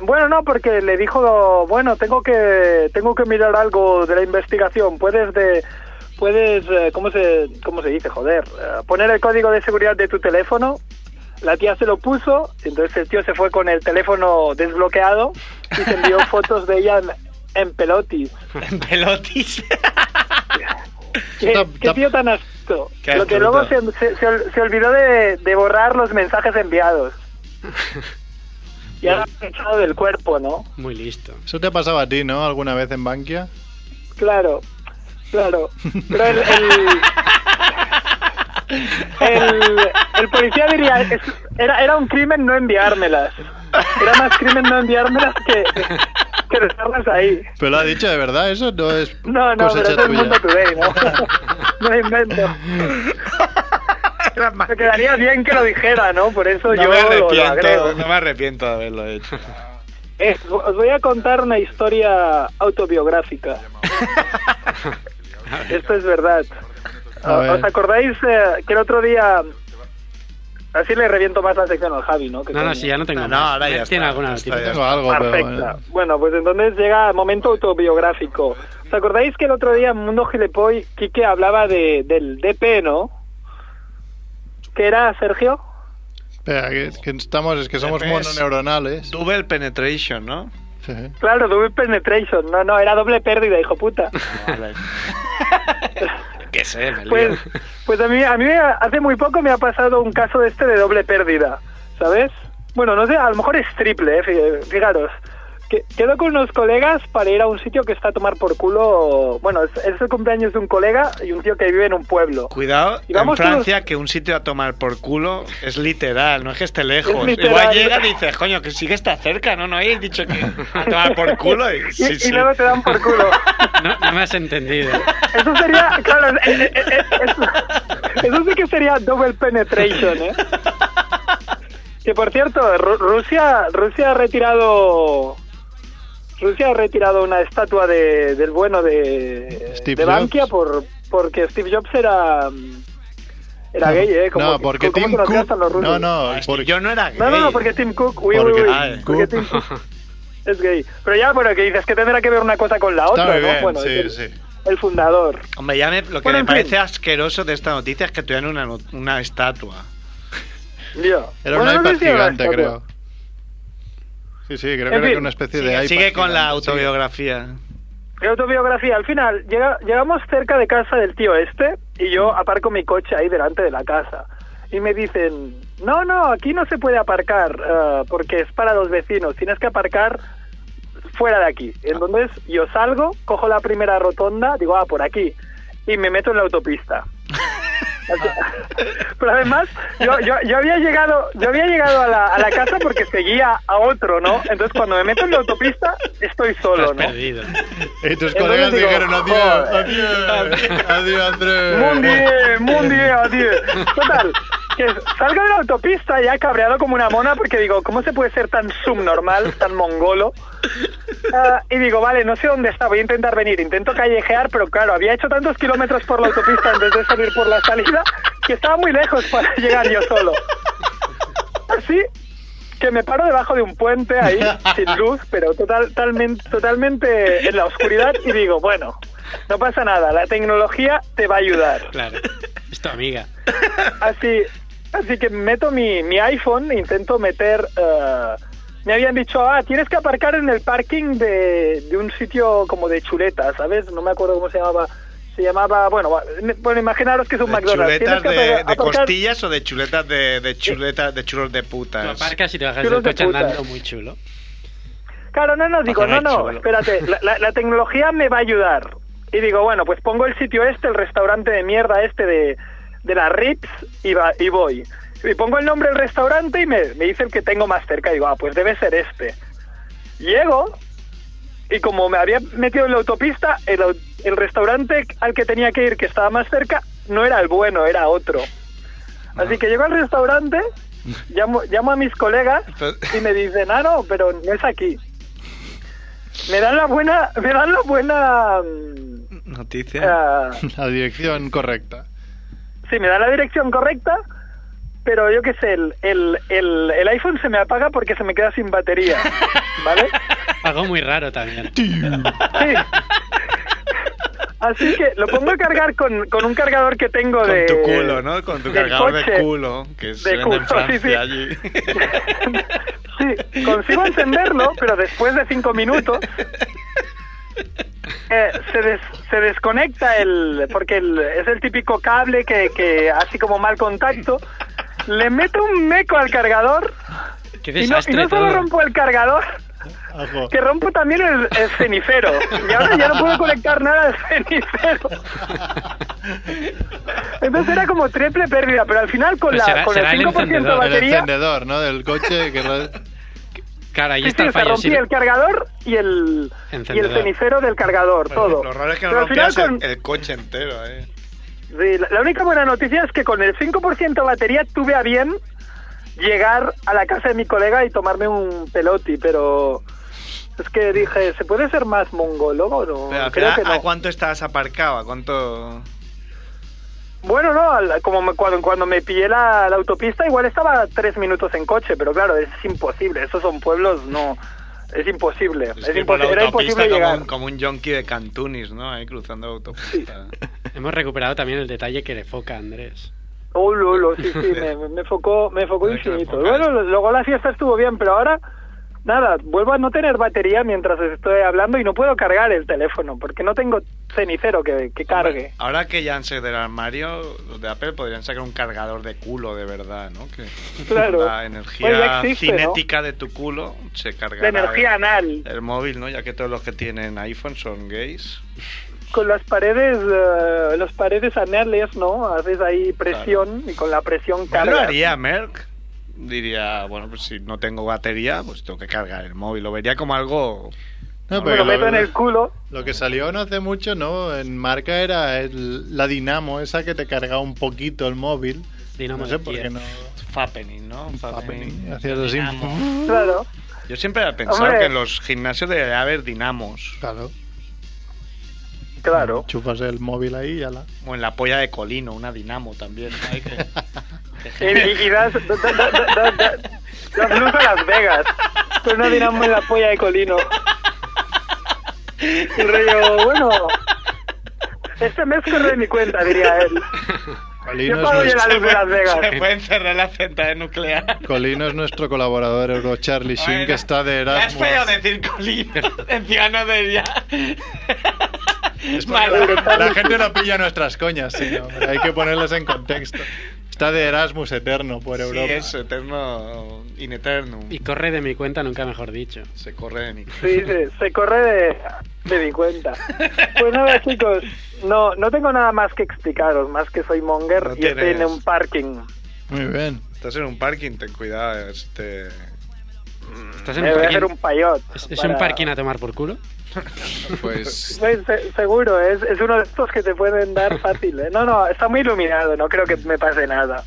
Speaker 10: Bueno, no, porque le dijo, bueno, tengo que tengo que mirar algo de la investigación. Puedes de puedes eh, ¿cómo se cómo se dice, joder, Eh, poner el código de seguridad de tu teléfono. La tía se lo puso, entonces el tío se fue con el teléfono desbloqueado y se envió fotos de ella en, en pelotis.
Speaker 11: Pelotis.
Speaker 10: ¿Qué,
Speaker 3: Tap,
Speaker 10: qué
Speaker 3: tap.
Speaker 10: tío tan astuto?
Speaker 11: Qué
Speaker 10: Lo que
Speaker 11: astuto.
Speaker 10: luego se, se- se ol- se olvidó de, de borrar los mensajes enviados. Y ahora ha echado del cuerpo, ¿no?
Speaker 4: Muy listo.
Speaker 3: Eso te ha pasado a ti, ¿no? ¿Alguna vez en Bankia?
Speaker 10: Claro, claro. Pero el, el, el- el policía diría, es- era, era un crimen no enviármelas. Era más crimen no enviármelas que, que dejarlas ahí.
Speaker 3: Pero lo ha dicho de verdad, eso no es
Speaker 10: No,
Speaker 11: Pues
Speaker 10: no, pero
Speaker 3: cosecha
Speaker 10: eso es
Speaker 3: tuya.
Speaker 10: mundo today, ¿no? No lo invento. Me quedaría bien que lo dijera, ¿no? Por eso
Speaker 11: No
Speaker 10: yo
Speaker 11: me
Speaker 10: lo, lo agrego.
Speaker 11: arrepiento, no me arrepiento de haberlo hecho.
Speaker 10: Eh, os voy a contar una historia autobiográfica. Esto es verdad.
Speaker 3: A ver.
Speaker 10: ¿Os acordáis eh, que el otro día... Así le reviento más la sección al Javi, ¿no? Que
Speaker 4: No, no,
Speaker 10: coño.
Speaker 4: si ya no tengo
Speaker 11: No,
Speaker 4: más.
Speaker 11: no, ahora ya
Speaker 4: Tiene
Speaker 11: está,
Speaker 4: alguna
Speaker 11: ya está,
Speaker 4: noticia.
Speaker 3: Tengo algo,
Speaker 10: Perfecta.
Speaker 3: pero...
Speaker 10: Bueno, pues entonces llega momento autobiográfico. ¿Os acordáis que el otro día en Mundo Gilepoy Quique hablaba de, del DP, ¿no? ¿Qué era, Sergio?
Speaker 3: Espera, que, que estamos, es que somos
Speaker 11: Depende.
Speaker 3: mononeuronales.
Speaker 11: Double penetration, ¿no?
Speaker 3: Sí.
Speaker 10: Claro, doble penetration. No, no, era doble pérdida, hijo puta.
Speaker 11: Vale. que sé, me lío.
Speaker 10: Pues, pues a mí, a mí hace muy poco me ha pasado un caso de este de doble pérdida, ¿sabes? Bueno, no sé, a lo mejor es triple, eh, fí- fijaros. Que- Quedo con unos colegas para ir a un sitio que está a tomar por culo. Bueno, es, es el cumpleaños de un colega y un tío que vive en un pueblo.
Speaker 11: Cuidado,
Speaker 10: Y vamos
Speaker 11: en Francia que un sitio a tomar por culo es literal, no es que esté lejos.
Speaker 10: Es literal.
Speaker 11: Igual llega y dices, coño, que sí que está cerca, ¿no? No habéis dicho que a tomar por culo. Y,
Speaker 10: Y,
Speaker 11: sí,
Speaker 10: y
Speaker 11: sí.
Speaker 10: luego te dan por culo.
Speaker 4: No, no me has entendido.
Speaker 10: Eso sería, claro, eh, eh, eh, eso, eso sí que sería double penetration, ¿eh? Que por cierto, Ru- Rusia, Rusia ha retirado, Rusia ha retirado una estatua de, del bueno de,
Speaker 3: Steve
Speaker 10: de Bankia
Speaker 3: Jobs.
Speaker 10: por, porque Steve Jobs era, era gay, ¿eh? Como
Speaker 3: no,
Speaker 10: que-
Speaker 3: porque
Speaker 10: como
Speaker 3: Tim
Speaker 10: que nos
Speaker 3: Cook...
Speaker 10: gastan los rusos.
Speaker 3: No, no,
Speaker 11: Ah, es que
Speaker 3: porque...
Speaker 11: Yo no era gay.
Speaker 10: No, no, no, porque Tim Cook, uy,
Speaker 3: Porque
Speaker 10: uy, uy,
Speaker 11: Tim
Speaker 10: porque
Speaker 3: Cook.
Speaker 10: Tim Cook es gay. Pero ya, bueno, que dices que tendrá que ver una cosa con la otra,
Speaker 3: Está muy
Speaker 10: ¿no?
Speaker 3: bien,
Speaker 10: bueno,
Speaker 3: sí,
Speaker 10: es el-
Speaker 3: sí.
Speaker 10: el fundador.
Speaker 11: Hombre, ya me- lo que
Speaker 10: Bueno, en
Speaker 11: me parece
Speaker 10: fin.
Speaker 11: asqueroso de esta noticia es que tuvieran una, no- una estatua.
Speaker 10: Yo.
Speaker 3: Era
Speaker 10: Bueno, no
Speaker 3: un iPad
Speaker 10: sé si era
Speaker 3: gigante,
Speaker 10: estatua.
Speaker 3: creo. Sí, sí, creo que
Speaker 10: En
Speaker 3: era
Speaker 10: fin,
Speaker 3: una especie de
Speaker 11: Sigue,
Speaker 3: iPad
Speaker 11: sigue con la
Speaker 3: gigante, sí.
Speaker 11: autobiografía.
Speaker 10: La autobiografía. Al final, llega- llegamos cerca de casa del tío este y yo aparco mi coche ahí delante de la casa. Y me dicen, no, no, aquí no se puede aparcar eh, porque es para los vecinos. Tienes que aparcar fuera de aquí. Entonces yo salgo, cojo la primera rotonda, digo, ah, por aquí. Y me meto en la autopista. Pero además, yo, yo, yo había llegado, yo había llegado a la, a la casa porque seguía a otro, ¿no? Entonces cuando me meto en la autopista, estoy solo,
Speaker 4: Estás
Speaker 10: ¿no?
Speaker 4: perdido.
Speaker 3: Y tus
Speaker 10: Entonces
Speaker 3: colegas
Speaker 10: Eh, digo,
Speaker 3: dijeron adiós,
Speaker 10: joder.
Speaker 3: adiós, adiós, Andrés.
Speaker 10: Mundi, Mundi, adiós. Total, que salgo de la autopista ya cabreado como una mona porque digo, ¿cómo se puede ser tan subnormal, tan mongolo? Ah, y digo, vale, no sé dónde está, voy a intentar venir. Intento callejear, pero claro, había hecho tantos kilómetros por la autopista antes de salir por la salida que estaba muy lejos para llegar yo solo. Así que me paro debajo de un puente ahí, sin luz, pero total, talmen- totalmente en la oscuridad y digo, bueno, no pasa nada, la tecnología te va a ayudar.
Speaker 4: Claro. Es tu amiga.
Speaker 10: Así, así que meto mi, mi iPhone, e intento meter... eh, me habían dicho, ah, tienes que aparcar en el parking de, de un sitio como de chuleta, ¿sabes? No me acuerdo cómo se llamaba. Se llamaba, bueno, va- bueno, imaginaros que es un
Speaker 2: ¿De
Speaker 10: McDonald's.
Speaker 2: chuletas de,
Speaker 10: Tienes que
Speaker 2: de
Speaker 10: aparcar-
Speaker 2: costillas o de chuletas de, de chuletas de chulos de putas?
Speaker 4: Lo aparcas y te bajas del
Speaker 10: Chulos de
Speaker 4: coche
Speaker 10: putas.
Speaker 4: andando muy chulo.
Speaker 10: Claro, no, no, digo, no,
Speaker 4: Bajará
Speaker 10: no,
Speaker 4: chulo.
Speaker 10: espérate, la, la- la tecnología me va a ayudar. Y digo, bueno, pues pongo el sitio este, el restaurante de mierda este de, de las Rips y, va- y voy. Y pongo el nombre del restaurante y me, me dice el que tengo más cerca. Digo, ah, pues debe ser este. Llego y como me había metido en la autopista, el, au- el restaurante al que tenía que ir, que estaba más cerca, no era el bueno, era otro. Así que llego al restaurante, llamo, llamo a mis colegas
Speaker 2: Entonces-
Speaker 10: y me dicen, ah, no, pero no es aquí. Me dan la buena, me dan la buena, mm,
Speaker 2: Noticia.
Speaker 10: ah,
Speaker 3: La dirección correcta.
Speaker 10: sí, me dan la dirección correcta, pero yo qué sé, el, el, el, el iPhone se me apaga porque se me queda sin batería, ¿vale?
Speaker 4: Algo muy raro también.
Speaker 10: Sí. Así que lo pongo a cargar con, con un cargador que tengo
Speaker 2: Con
Speaker 10: de...
Speaker 2: tu culo, ¿no? Con tu
Speaker 10: del
Speaker 2: cargador de
Speaker 10: coche.
Speaker 2: culo, que se
Speaker 10: De
Speaker 2: vende en
Speaker 10: culo, sí,
Speaker 2: Francia
Speaker 10: sí.
Speaker 2: allí.
Speaker 10: Sí, consigo encenderlo, pero después de cinco minutos eh, se, des- se desconecta el... porque el- es el típico cable que, que así como mal contacto. Le meto un meco al cargador
Speaker 4: Qué
Speaker 10: y no, y
Speaker 4: desastre
Speaker 10: no solo
Speaker 4: todo.
Speaker 10: rompo el cargador,
Speaker 3: Ojo.
Speaker 10: que rompo también el, el cenicero. Y ahora ya no puedo conectar nada al cenicero. Entonces era como triple pérdida, pero al final con,
Speaker 4: Pues
Speaker 10: la,
Speaker 4: será-
Speaker 10: con el
Speaker 4: será el
Speaker 10: 5% de
Speaker 4: encendedor,
Speaker 3: El
Speaker 10: batería...
Speaker 3: encendedor, ¿no? Del coche que ro-
Speaker 4: Claro, ahí
Speaker 10: Sí,
Speaker 4: está
Speaker 10: sí,
Speaker 4: el
Speaker 10: o sea,
Speaker 4: fallo.
Speaker 10: rompí
Speaker 4: sí.
Speaker 10: el cargador y el, y el
Speaker 4: Encendedor.
Speaker 10: cenicero del cargador, todo.
Speaker 2: Lo raro es que no
Speaker 10: Pero al final
Speaker 2: rompías el-
Speaker 10: con-
Speaker 2: el coche entero, eh.
Speaker 10: sí, la, la única buena noticia es que con el 5% de batería tuve a bien llegar a la casa de mi colega y tomarme un peloti, pero es que dije, ¿se puede ser más mongólogo? No,
Speaker 2: Pero al
Speaker 10: creo
Speaker 2: final,
Speaker 10: que no.
Speaker 2: ¿a cuánto estabas aparcado? ¿A cuánto...?
Speaker 10: Bueno, no, al- como me- cuando, cuando me pillé la, la autopista, igual estaba a tres minutos en coche, pero claro, es imposible. Esos son pueblos, no. Es imposible.
Speaker 2: Es
Speaker 10: es
Speaker 2: que por
Speaker 10: imposible
Speaker 2: la
Speaker 10: era
Speaker 2: autopista
Speaker 10: imposible
Speaker 2: como
Speaker 10: llegar.
Speaker 2: un, como un yonki de Cantunis, ¿no? Ahí cruzando la autopista.
Speaker 4: Hemos recuperado también el detalle que le foca a Andrés.
Speaker 10: Oh, lolo, sí, sí, me, me- me focó, me focó
Speaker 2: Hay que
Speaker 10: infinito.
Speaker 2: enfocar.
Speaker 10: Bueno, luego la fiesta estuvo bien, pero ahora, nada, vuelvo a no tener batería mientras estoy hablando y no puedo cargar el teléfono porque no tengo cenicero que, que cargue.
Speaker 2: Ahora que ya han salido del armario, los de Apple podrían sacar un cargador de culo de verdad, ¿no? Que
Speaker 10: Claro.
Speaker 2: la energía
Speaker 10: Bueno, ya existe, ¿no?
Speaker 2: cinética de tu culo se cargará.
Speaker 10: La energía
Speaker 2: el,
Speaker 10: anal,
Speaker 2: el móvil, ¿no? Ya que todos los que tienen iPhone son gays.
Speaker 10: con las paredes, eh, las paredes anales, ¿no? Haces ahí presión y con la presión
Speaker 2: ¿Qué lo
Speaker 10: cargas.
Speaker 2: haría Merck? Diría, bueno, pues si no tengo batería, pues tengo que cargar el móvil. Lo vería como algo...
Speaker 3: No,
Speaker 10: Me
Speaker 3: pero
Speaker 10: lo
Speaker 3: lo,
Speaker 10: meto en el culo.
Speaker 3: lo que salió no hace mucho, ¿no? En marca era el- la Dinamo, esa que te cargaba un poquito el móvil.
Speaker 4: Dinamo
Speaker 3: no sé
Speaker 4: de ¿eh?
Speaker 3: por
Speaker 4: Kiev.
Speaker 3: qué no.
Speaker 2: Fappening, ¿no? Fappening.
Speaker 3: Hacías así.
Speaker 10: Claro.
Speaker 2: Yo siempre he pensado
Speaker 10: Hombre.
Speaker 2: que en los gimnasios debería haber dinamos.
Speaker 3: Claro.
Speaker 10: Claro.
Speaker 3: Chupas el móvil ahí y ala.
Speaker 2: O en la polla de Colino, una dinamo también. ¿no? Hay que-
Speaker 10: Y, y- y das, da- da- da- da- da- das luz a Las Vegas. Pero no dinamo en la polla de Colino. Y rollo, bueno. Este mes corre mi cuenta, diría él.
Speaker 3: Colino
Speaker 10: Yo
Speaker 3: es,
Speaker 10: pago yo la
Speaker 3: nuestro,
Speaker 10: luz de Las Vegas.
Speaker 2: Se pueden cerrar la central nuclear.
Speaker 3: Colino es nuestro colaborador Euro Charlie Sheen que está de
Speaker 2: Ya es
Speaker 3: Erasmus.
Speaker 2: feo decir Colino. Encima no debería.
Speaker 3: Es porque la, la gente no pilla nuestras coñas, sino hay que ponerlas en contexto. Está de Erasmus eterno por
Speaker 2: Sí,
Speaker 3: Europa.
Speaker 2: es eterno in eternum.
Speaker 4: Y corre de mi cuenta, nunca mejor dicho.
Speaker 2: Se corre de mi
Speaker 10: Sí, sí, se corre de, de mi cuenta. Pues nada, chicos. No, no tengo nada más que explicaros, más que soy monger
Speaker 2: No
Speaker 10: y estoy en
Speaker 2: tienes.
Speaker 10: un parking.
Speaker 3: Muy bien.
Speaker 2: Estás en un parking, ten cuidado. Este...
Speaker 4: Estás en
Speaker 10: Me
Speaker 4: un
Speaker 10: voy
Speaker 4: parking.
Speaker 10: a hacer un payot.
Speaker 4: ¿Es, es
Speaker 10: para-
Speaker 4: un parking a tomar por culo?
Speaker 5: Pues
Speaker 10: Pues, se- seguro, es, es uno de estos que te pueden dar fácil. ¿eh? No, no, está muy iluminado, no creo que me pase nada.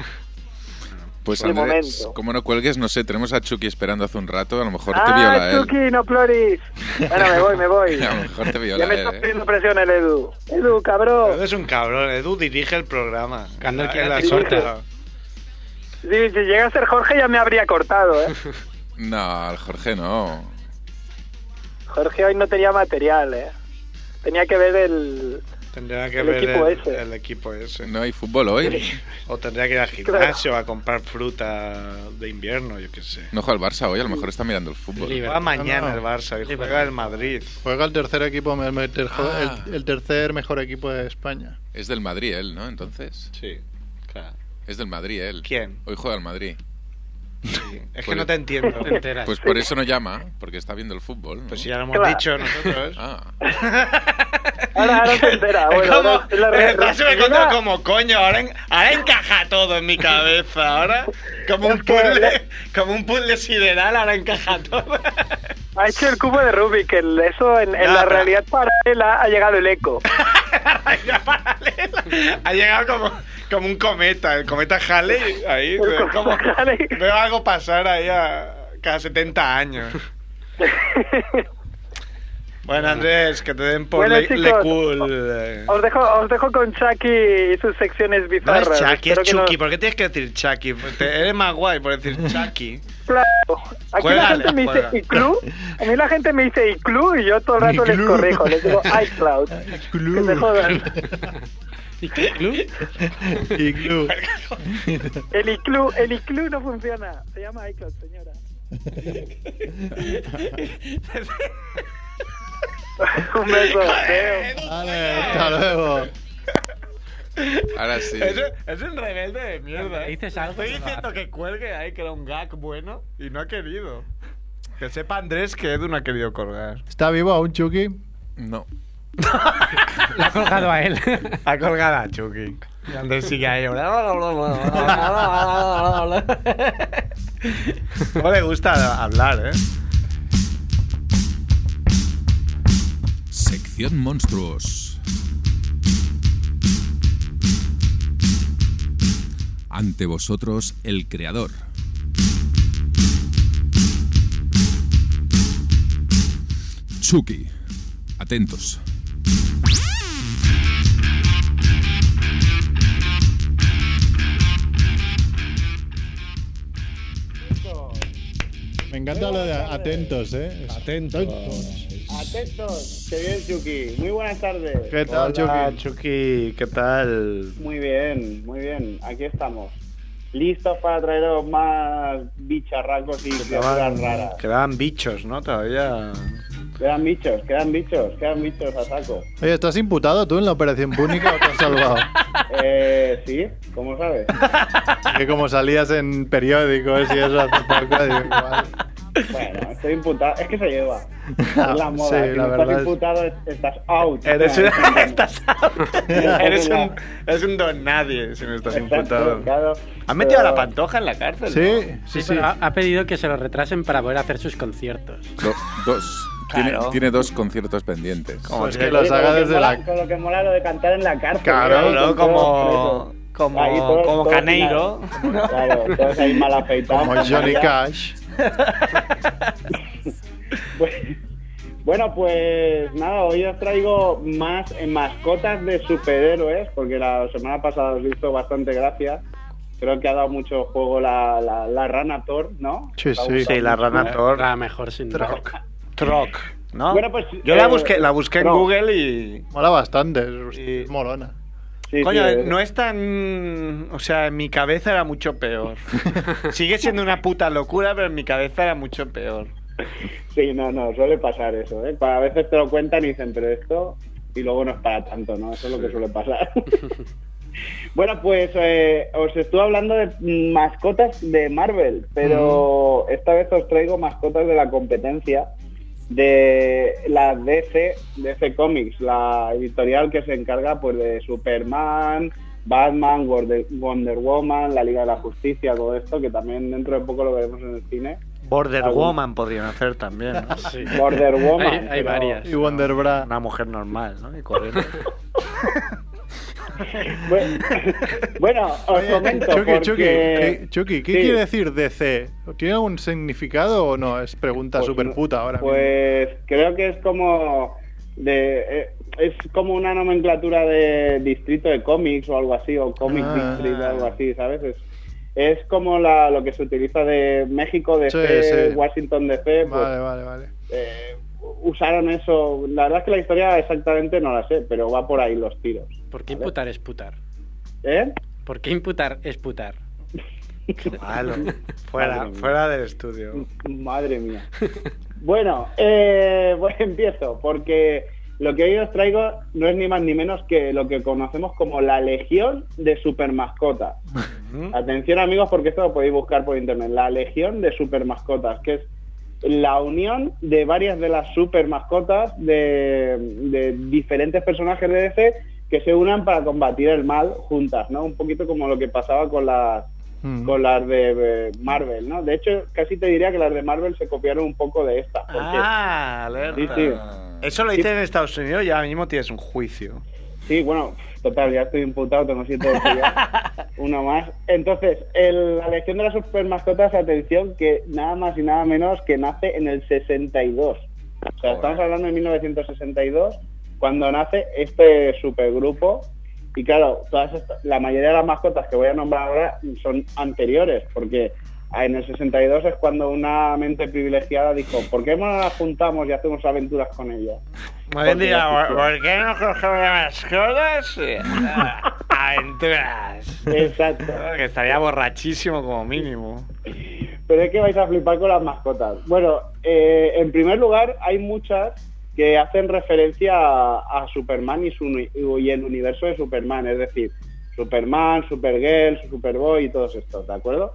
Speaker 5: Pues
Speaker 10: De
Speaker 5: Andrés,
Speaker 10: momento.
Speaker 5: como no cuelgues, no sé, tenemos a Chucky esperando hace un rato, a lo mejor te
Speaker 10: ah,
Speaker 5: viola eh. él.
Speaker 10: Chucky, no ploris. Bueno, me voy, me voy.
Speaker 5: A lo mejor te viola
Speaker 10: Ya me
Speaker 5: él,
Speaker 10: está
Speaker 5: ¿eh?
Speaker 10: poniendo presión el Edu. Edu,
Speaker 2: Edu
Speaker 10: cabrón.
Speaker 2: es un cabrón. Edu dirige el programa. Ah,
Speaker 4: Cuando él
Speaker 2: En
Speaker 4: quiera
Speaker 2: la
Speaker 4: te
Speaker 2: suerte.
Speaker 4: corta.
Speaker 10: Si, si llega a ser Jorge ya me habría cortado, ¿eh?
Speaker 5: No, al Jorge no.
Speaker 10: Jorge hoy no tenía material, ¿eh? Tenía que ver el,
Speaker 2: Tendría que
Speaker 10: El
Speaker 2: ver
Speaker 10: equipo
Speaker 2: el,
Speaker 10: ese.
Speaker 2: el equipo ese.
Speaker 5: No hay fútbol hoy.
Speaker 2: O tendría que ir al gimnasio a comprar fruta de invierno, yo qué sé.
Speaker 5: No juega el Barça hoy, a lo mejor está mirando el fútbol.
Speaker 2: Juega mañana
Speaker 3: No,
Speaker 2: el
Speaker 3: no.
Speaker 2: Barça y juega
Speaker 12: Liverpool.
Speaker 2: el Madrid.
Speaker 3: Juega el tercer equipo, el, el ter-
Speaker 5: Ah.
Speaker 3: el- el tercer mejor equipo de España.
Speaker 5: Es del Madrid él, ¿no? Entonces.
Speaker 2: Sí, claro.
Speaker 5: Es del Madrid él.
Speaker 2: ¿Quién?
Speaker 5: Hoy juega el Madrid.
Speaker 2: Sí. Es que
Speaker 5: Pues-
Speaker 2: no te entiendo.
Speaker 12: Te enteras.
Speaker 5: Pues por eso no llama, porque está viendo el fútbol. ¿no?
Speaker 2: Pues si ya lo hemos
Speaker 10: Claro.
Speaker 2: dicho nosotros.
Speaker 5: Ah,
Speaker 10: Ahora, ahora se entera.
Speaker 2: Es
Speaker 10: Bueno,
Speaker 2: como-
Speaker 10: ahora es la re-
Speaker 2: ahora se me encuentra
Speaker 10: realidad.
Speaker 2: como coño, ahora, en- ahora encaja todo en mi cabeza, ahora como un
Speaker 10: Es que la-
Speaker 2: puzzle, como un puzzle sideral, ahora encaja todo.
Speaker 10: Ha hecho el cubo de Rubik. el- eso en, en
Speaker 2: No,
Speaker 10: la
Speaker 2: pero-
Speaker 10: realidad paralela ha llegado el eco.
Speaker 2: La paralela. ha llegado como, como un cometa, el cometa Halley, ahí
Speaker 10: El
Speaker 2: veo, como-
Speaker 10: cometa Halley.
Speaker 2: veo algo pasar ahí a cada 70 años. Bueno Andrés, que te den por
Speaker 10: Bueno,
Speaker 2: le,
Speaker 10: chicos,
Speaker 2: le cool. eh.
Speaker 10: os, dejo, os dejo con Chucky y sus secciones
Speaker 2: No
Speaker 10: bizarras.
Speaker 2: es Chucky, es
Speaker 10: Espero que no-
Speaker 2: Chucky. ¿Por qué tienes que decir Chucky? Pues te- eres más guay por decir Chucky.
Speaker 10: Claro. Aquí la
Speaker 2: Cuélgale,
Speaker 10: gente me dice
Speaker 2: cuelga.
Speaker 10: iClub. A mí la gente me dice iClub y yo todo el rato les
Speaker 3: Igloo.
Speaker 10: corrijo. Les digo iCloud. Que se jodan.
Speaker 12: ¿Y qué club?
Speaker 3: Igloo.
Speaker 10: El iClub, el iClub no funciona. Se llama iCloud, señora. Un beso. Teo.
Speaker 3: Vale, hasta luego.
Speaker 5: ahora sí.
Speaker 2: Es, es un rebelde de mierda. ¿eh?
Speaker 12: Dices algo,
Speaker 2: Estoy
Speaker 12: te lo
Speaker 2: diciendo que cuelgue ahí, que era un gag bueno y no ha querido. Que sepa Andrés que Edu no ha querido colgar.
Speaker 3: ¿Está vivo aún Chucky?
Speaker 5: No.
Speaker 12: La ha colgado a él.
Speaker 2: Ha colgado a Chucky. Y Andrés sigue ahí. No le gusta hablar, ¿eh?
Speaker 5: Sección monstruos. Ante vosotros el creador. Chucky. Atentos.
Speaker 3: Me encanta lo de atentos, ¿eh? Atentos.
Speaker 13: Atentos, se viene Chucky. Muy buenas tardes.
Speaker 3: ¿Qué tal,
Speaker 13: Hola,
Speaker 3: Chucky?
Speaker 2: Chucky, ¿qué tal?
Speaker 13: Muy bien, muy bien. Aquí estamos. Listos para traeros más bicharracos y criaturas raras.
Speaker 2: Quedaban bichos, ¿no? Todavía.
Speaker 13: Quedan bichos, quedan bichos, quedan bichos a saco.
Speaker 3: Oye, ¿estás imputado tú en la operación púnica o te has salvado?
Speaker 13: Eh, sí, ¿cómo sabes?
Speaker 3: Que como salías en periódicos y eso hace poco, digo, igual.
Speaker 13: Bueno, estoy imputado. Es que se lleva. Es la moda.
Speaker 3: Sí,
Speaker 13: si
Speaker 3: la
Speaker 13: no
Speaker 3: verdad
Speaker 13: estás
Speaker 3: es-
Speaker 13: imputado, es- estás out.
Speaker 2: Eres
Speaker 13: O
Speaker 2: un,
Speaker 13: sea, es-
Speaker 2: estás- eres un, eres un don nadie si no estás
Speaker 13: Exacto,
Speaker 2: imputado.
Speaker 13: claro.
Speaker 2: ¿Han metido a la
Speaker 13: Pero-
Speaker 2: pantoja en la cárcel?
Speaker 3: Sí, sí,
Speaker 12: Sí,
Speaker 3: sí.
Speaker 12: pero ha, ha pedido que se lo retrasen para poder hacer sus conciertos.
Speaker 5: Do- dos. Tiene,
Speaker 2: Claro.
Speaker 5: tiene dos conciertos pendientes.
Speaker 2: Como
Speaker 3: Pues
Speaker 2: que-
Speaker 3: que los
Speaker 13: Oye, con
Speaker 3: haga
Speaker 13: lo que
Speaker 3: desde
Speaker 13: mola-
Speaker 3: la...
Speaker 13: Con lo que mola lo de cantar en la cárcel.
Speaker 2: Claro,
Speaker 13: ¿no?
Speaker 2: ¿no?
Speaker 13: Con todos
Speaker 2: Como-
Speaker 13: presos.
Speaker 2: como-
Speaker 13: Ahí todos-
Speaker 2: como
Speaker 13: todos
Speaker 2: Caneiro,
Speaker 13: mal- Claro, todos ahí mal afeitados.
Speaker 3: Como Johnny Cash.
Speaker 13: Bu- Bueno, pues nada, hoy os traigo más eh, mascotas de superhéroes, porque la semana pasada os hizo bastante gracia. Creo que ha dado mucho juego la, la, la rana Thor, ¿no?
Speaker 3: Sí,
Speaker 13: Os ha
Speaker 3: sí.
Speaker 13: gustado
Speaker 2: Sí, la
Speaker 13: mucho.
Speaker 2: rana Thor.
Speaker 12: La mejor sin duda.
Speaker 2: Troc. Troc, ¿no?
Speaker 13: Bueno, pues,
Speaker 2: Yo la
Speaker 13: eh,
Speaker 2: busqué, la busqué en
Speaker 13: Troc.
Speaker 2: Google y.
Speaker 3: Mola bastante, es-
Speaker 2: Y-
Speaker 3: es molona.
Speaker 13: Sí, eh.
Speaker 2: Coño, eh,
Speaker 13: sí, es-
Speaker 2: no es tan. O sea, en mi cabeza era mucho peor. Sigue siendo una puta locura, pero en mi cabeza era mucho peor.
Speaker 13: Sí, no, no, suele pasar eso, ¿eh? Pa- A veces te lo cuentan y dicen, pero esto, y luego no es para tanto, ¿no? Eso es lo que suele pasar. bueno, pues eh, os estuve hablando de mascotas de Marvel, pero esta vez os traigo mascotas de la competencia de la DC, DC Comics, la editorial que se encarga pues de Superman, Batman, Wonder, Wonder Woman, la Liga de la Justicia, todo esto, que también dentro de poco lo veremos en el cine.
Speaker 2: Border
Speaker 13: Algún-
Speaker 2: Woman podrían hacer también, ¿no?
Speaker 12: Sí.
Speaker 13: Border Woman.
Speaker 12: Hay- hay
Speaker 13: pero-
Speaker 12: varias.
Speaker 3: Y Wonder Bra.
Speaker 2: Una mujer normal, ¿no? Y corriente.
Speaker 13: Bueno, bueno, os comento
Speaker 3: Chucky,
Speaker 13: porque...
Speaker 3: Chucky, ¿qué, Chucky, ¿qué
Speaker 13: Sí,
Speaker 3: quiere decir DC? ¿Tiene algún significado o no? Es pregunta
Speaker 13: pues,
Speaker 3: súper puta ahora mismo.
Speaker 13: Pues creo que es como de eh, es como una nomenclatura de distrito de cómics o algo así o cómic
Speaker 3: Ah.
Speaker 13: district algo así, ¿sabes? Es, es como la, lo que se utiliza de este México DC,
Speaker 3: Sí, sí.
Speaker 13: Washington DC, pues
Speaker 3: Vale, vale, vale.
Speaker 13: eh, usaron eso. La verdad es que la historia exactamente no la sé, pero va por ahí los tiros.
Speaker 4: ¿Por qué imputar es putar?
Speaker 13: ¿Eh?
Speaker 4: ¿Por qué imputar es putar?
Speaker 2: Malo. Fuera, fuera del estudio.
Speaker 13: Madre mía. Bueno, eh, bueno, empiezo, porque lo que hoy os traigo no es ni más ni menos que lo que conocemos como la Legión de Supermascotas. Atención amigos, porque esto lo podéis buscar por internet. La Legión de Supermascotas, que es la unión de varias de las supermascotas de, de diferentes personajes de DC que se unan para combatir el mal juntas, ¿no? Un poquito como lo que pasaba con las con las de eh, Marvel, ¿no? De hecho, casi te diría que las de Marvel se copiaron un poco de estas. porque-
Speaker 2: Ah, alerta.
Speaker 13: Sí, sí.
Speaker 2: Eso lo dicen en Estados Unidos y ahora mismo tienes un juicio.
Speaker 13: Sí, bueno, total, ya estoy imputado, tengo siete de prisión. Uno más. Entonces, el- la elección de las supermascotas, atención, que nada más y nada menos que nace en el 62. O sea, estamos hablando de 1962, cuando nace este supergrupo. Y claro, todas esta- la mayoría de las mascotas que voy a nombrar ahora son anteriores, porque en el 62 es cuando una mente privilegiada dijo, ¿por qué no las juntamos y hacemos aventuras con ellas?
Speaker 2: Hoy en
Speaker 13: Porque
Speaker 2: día,
Speaker 13: ya
Speaker 2: ¿por,
Speaker 13: existía.
Speaker 2: por qué no cogemos las cosas? y- ah, Aventuras.
Speaker 13: Exacto.
Speaker 2: Que estaría borrachísimo como mínimo.
Speaker 13: Pero es que vais a flipar con las mascotas. Bueno, eh, en primer lugar, hay muchas que hacen referencia a, a Superman y, su, uni- y el universo de Superman, es decir, Superman, Supergirl, Superboy y todos estos, ¿de acuerdo?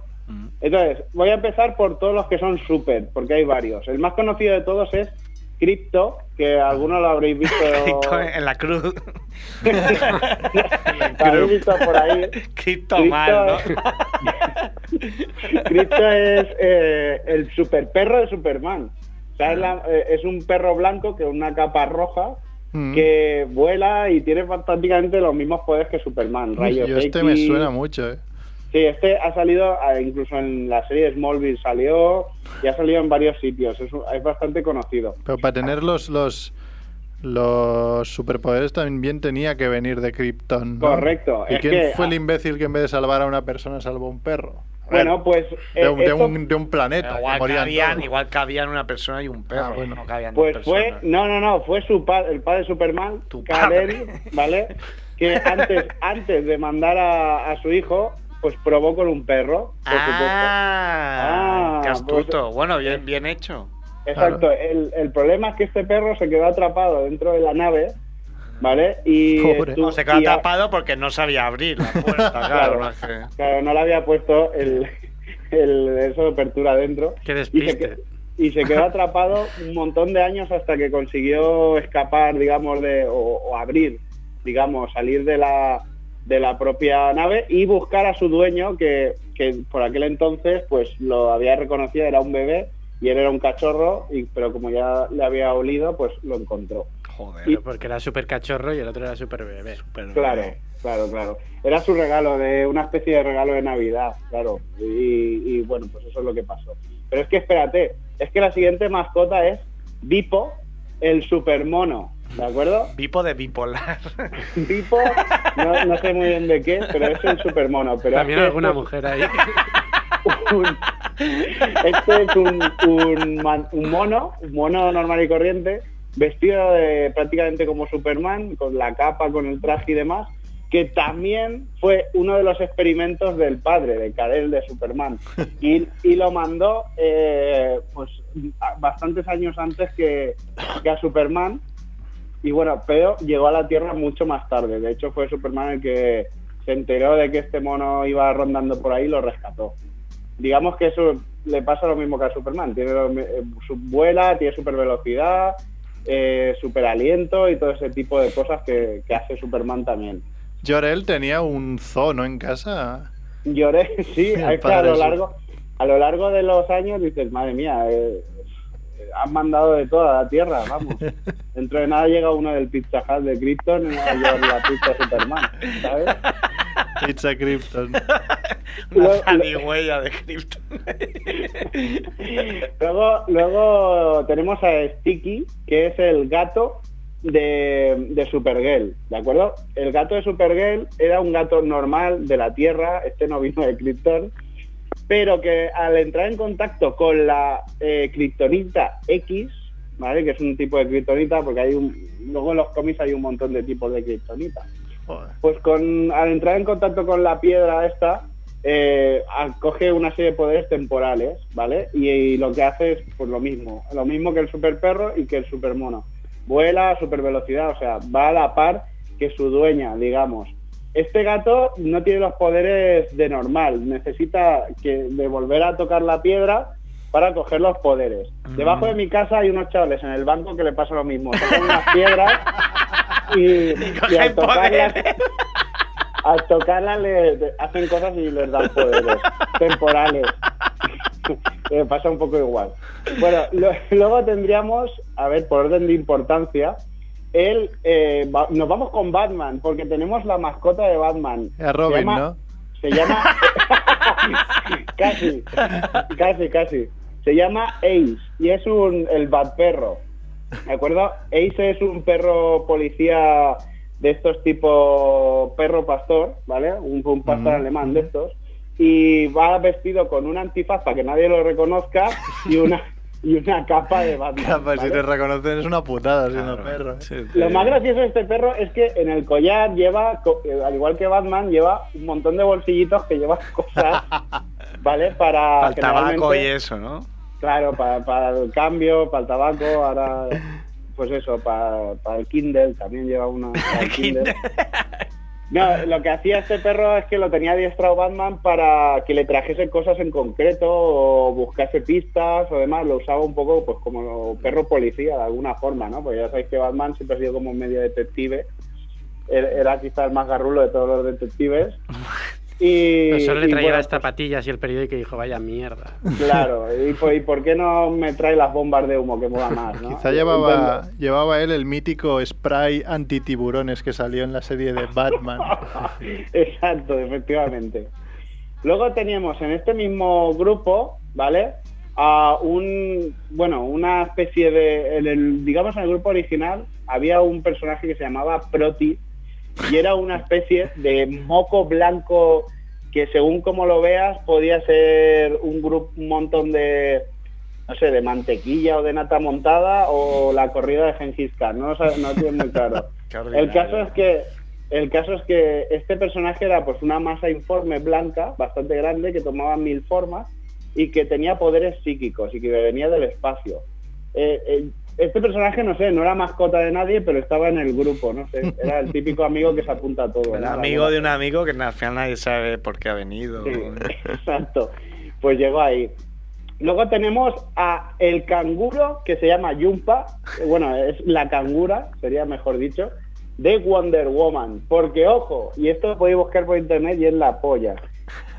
Speaker 13: Entonces, voy a empezar por todos los que son super, porque hay varios. El más conocido de todos es Crypto, que algunos lo habréis visto,
Speaker 2: Cripto en la cruz.
Speaker 13: lo habréis visto por ahí.
Speaker 2: Cripto mal, ¿no?
Speaker 13: Crypto es eh, el super perro de Superman. O sea, es,
Speaker 2: Ah.
Speaker 13: la- eh, es un perro blanco que una capa roja
Speaker 3: Mm.
Speaker 13: que vuela y tiene prácticamente los mismos poderes que Superman.
Speaker 3: Uy,
Speaker 13: Rayos
Speaker 3: yo este me
Speaker 13: X.
Speaker 3: suena mucho, eh.
Speaker 13: Sí, este ha salido eh, incluso en la serie Smallville salió y ha salido en varios sitios. Es, un- es bastante conocido.
Speaker 3: Pero para tener los, los, los superpoderes también tenía que venir de Krypton. ¿no?
Speaker 13: Correcto,
Speaker 3: ¿Y
Speaker 13: es
Speaker 3: quién
Speaker 13: que- ah
Speaker 3: fue el imbécil que en vez de salvar a una persona salvó a un perro? A ver,
Speaker 13: Bueno, pues
Speaker 3: de,
Speaker 13: eh,
Speaker 3: un, de
Speaker 13: esto-
Speaker 3: un- de un planeta. que
Speaker 2: Igual
Speaker 3: morían
Speaker 2: cabían,
Speaker 3: todos.
Speaker 2: igual cabían una persona y un perro.
Speaker 3: Ah, bueno.
Speaker 2: No cabían dos
Speaker 13: Pues fue,
Speaker 2: personas.
Speaker 13: no, no, no, fue su padre, el padre de Superman,
Speaker 2: Tu
Speaker 13: Kal-El,
Speaker 2: padre.
Speaker 13: ¿vale? Que antes, antes de mandar a, a su hijo, pues probó con un perro, por
Speaker 2: Ah,
Speaker 13: Ah,
Speaker 2: qué astuto.
Speaker 13: pues-
Speaker 2: bueno, bien, bien hecho.
Speaker 13: supuesto. Exacto, el, el problema es que este perro se quedó atrapado dentro de la nave, ¿vale? Y
Speaker 3: Pobre.
Speaker 13: estu-
Speaker 2: No, se quedó
Speaker 13: y a-
Speaker 2: atrapado porque no sabía abrir la puerta, claro. más que-
Speaker 13: Claro, no le había puesto el, el eso de apertura dentro.
Speaker 4: Qué
Speaker 13: Y se, que-
Speaker 4: despiste.
Speaker 13: y se quedó atrapado un montón de años hasta que consiguió escapar, digamos, de, o, o abrir, digamos, salir de la, de la propia nave y buscar a su dueño, que, que por aquel entonces pues lo había reconocido, era un bebé y él era un cachorro, y, pero como ya le había olido, pues lo encontró.
Speaker 2: Joder.
Speaker 4: Pero porque era súper cachorro y el otro era súper bebé.
Speaker 2: pero-
Speaker 13: Claro, claro, claro. Era su regalo, de una especie de regalo de Navidad, claro. Y, y, bueno, pues eso es lo que pasó. Pero es que espérate, es que la siguiente mascota es Bipo, el supermono, ¿de acuerdo?
Speaker 2: Bipo de bipolar.
Speaker 13: Bipo, no, no sé muy bien de qué, pero es el supermono. Pero este
Speaker 4: También
Speaker 13: es que
Speaker 4: alguna
Speaker 13: esto-
Speaker 4: mujer ahí.
Speaker 13: un- este es un, un man- un mono, un mono normal y corriente, vestido de- prácticamente como Superman, con la capa, con el traje y demás, que también fue uno de los experimentos del padre, de Karel de Superman. Y, y lo mandó eh, pues a- bastantes años antes que, que a Superman. Y bueno, pero llegó a la Tierra mucho más tarde. De hecho, fue Superman el que se enteró de que este mono iba rondando por ahí y lo rescató digamos que eso le pasa lo mismo que a Superman. Tiene lo mi- eh, su- vuela, tiene super velocidad, super aliento y todo ese tipo de cosas que, que hace Superman también.
Speaker 3: Jor-El tenía un zoo, ¿no? En casa.
Speaker 13: Lloré, sí,
Speaker 3: El
Speaker 13: es que a
Speaker 3: padre
Speaker 13: lo
Speaker 3: es-
Speaker 13: largo, a lo largo de los años dices, madre mía, eh, eh, han mandado de toda la tierra, vamos. Dentro de nada llega uno del Pizza Hut de Krypton y va a llevar la pizza a Superman, ¿sabes?
Speaker 3: Pizza Krypton.
Speaker 13: Lo-
Speaker 2: Una
Speaker 13: lo-
Speaker 2: zarigüeya de cripto.
Speaker 13: Luego, luego tenemos a Sticky, que es el gato de, de Supergirl, ¿de acuerdo? El gato de Supergirl era un gato normal de la Tierra, este no vino de Krypton, pero que al entrar en contacto con la eh, Kryptonita X, ¿vale? Que es un tipo de kriptonita, porque hay un, luego en los cómics hay un montón de tipos de kriptonita. Pues con, al entrar en contacto con la piedra esta, eh, acoge una serie de poderes temporales, ¿vale? Y, y lo que hace es pues lo mismo, lo mismo que el super perro y que el super mono. Vuela a super velocidad, o sea, va a la par que su dueña, digamos. Este gato no tiene los poderes de normal, necesita que de volver a tocar la piedra para coger los poderes. Debajo de mi casa hay unos chavales en el banco que le pasa lo mismo, tocan unas piedras y, y al tocarlas, al tocarlas le le hacen cosas y les dan poderes temporales. Me Eh, pasa un poco igual. Bueno, lo- luego tendríamos, a ver, por orden de importancia, el, eh, va- nos vamos con Batman, porque tenemos la mascota de Batman.
Speaker 3: Es Robin,
Speaker 13: Se llama-
Speaker 3: ¿no?
Speaker 13: Se llama... casi, casi, casi. Se llama Ace y es un, el Bat Perro. ¿De acuerdo? Ace es un perro policía de estos tipo perro pastor, ¿vale? Un, un pastor alemán de estos. Y va vestido con un antifaz para que nadie lo reconozca y una, y una capa de Batman.
Speaker 3: Pues si
Speaker 13: ¿vale?
Speaker 3: te reconocen es una putada siendo perro. ¿eh?
Speaker 13: Lo más gracioso de este perro es que en el collar lleva, co- eh, al igual que Batman, lleva un montón de bolsillitos que lleva cosas, ¿vale? Para
Speaker 11: Al tabaco y
Speaker 13: generalmente-
Speaker 11: eso, ¿no?
Speaker 13: Claro, para, para el cambio, para el tabaco, ahora, pues eso, para, para el Kindle, también lleva una. para el Kindle. No, lo que hacía este perro es que lo tenía adiestrado Batman para que le trajese cosas en concreto o buscase pistas o demás. Lo usaba un poco pues como perro policía de alguna forma, ¿no? Porque ya sabéis que Batman siempre ha sido como medio detective. Era- Era quizá el más garrulo de todos los detectives. Y,
Speaker 4: Pero solo le
Speaker 13: y
Speaker 4: traía
Speaker 13: bueno,
Speaker 4: las zapatillas y el periódico y dijo, vaya mierda.
Speaker 13: Claro, y, po- y por qué no me trae las bombas de humo que mola más, ¿no?
Speaker 3: Quizá llevaba, llevaba él el mítico spray antitiburones que salió en la serie de Batman.
Speaker 13: Exacto, efectivamente. Luego teníamos en este mismo grupo, ¿vale? A un, bueno, una especie de, en el- digamos en el grupo original había un personaje que se llamaba Proti y era una especie de moco blanco que según como lo veas podía ser un grupo, un montón de, no sé, de mantequilla o de nata montada o la corrida de Gengis Khan, no, lo sab- no lo tiene muy claro. El caso es que el caso es que este personaje era pues una masa informe blanca bastante grande que tomaba mil formas y que tenía poderes psíquicos y que venía del espacio. Eh, eh, este personaje no sé, no era mascota de nadie, pero estaba en el grupo, no sé, era el típico amigo que se apunta a todo.
Speaker 11: El
Speaker 13: ¿no?
Speaker 11: amigo de un amigo que al final nadie sabe por qué ha venido.
Speaker 13: Sí, exacto. Pues llegó ahí. Luego tenemos a el canguro que se llama Yumpa, eh, bueno, es la cangura, sería mejor dicho, de Wonder Woman. Porque, ojo, y esto lo podéis buscar por internet y es la polla.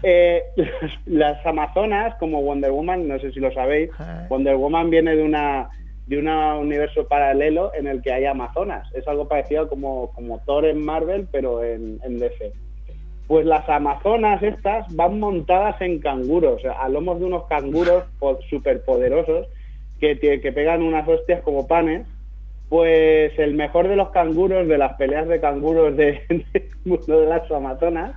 Speaker 13: Eh, las amazonas, como Wonder Woman, no sé si lo sabéis,
Speaker 3: Eh,
Speaker 13: Wonder Woman viene de una de un universo paralelo en el que hay amazonas. Es algo parecido como, como Thor en Marvel, pero en, en DC. Pues las amazonas estas van montadas en canguros, a lomos de unos canguros po- superpoderosos que, te- que pegan unas hostias como panes. Pues el mejor de los canguros, de las peleas de canguros de- del mundo de las amazonas,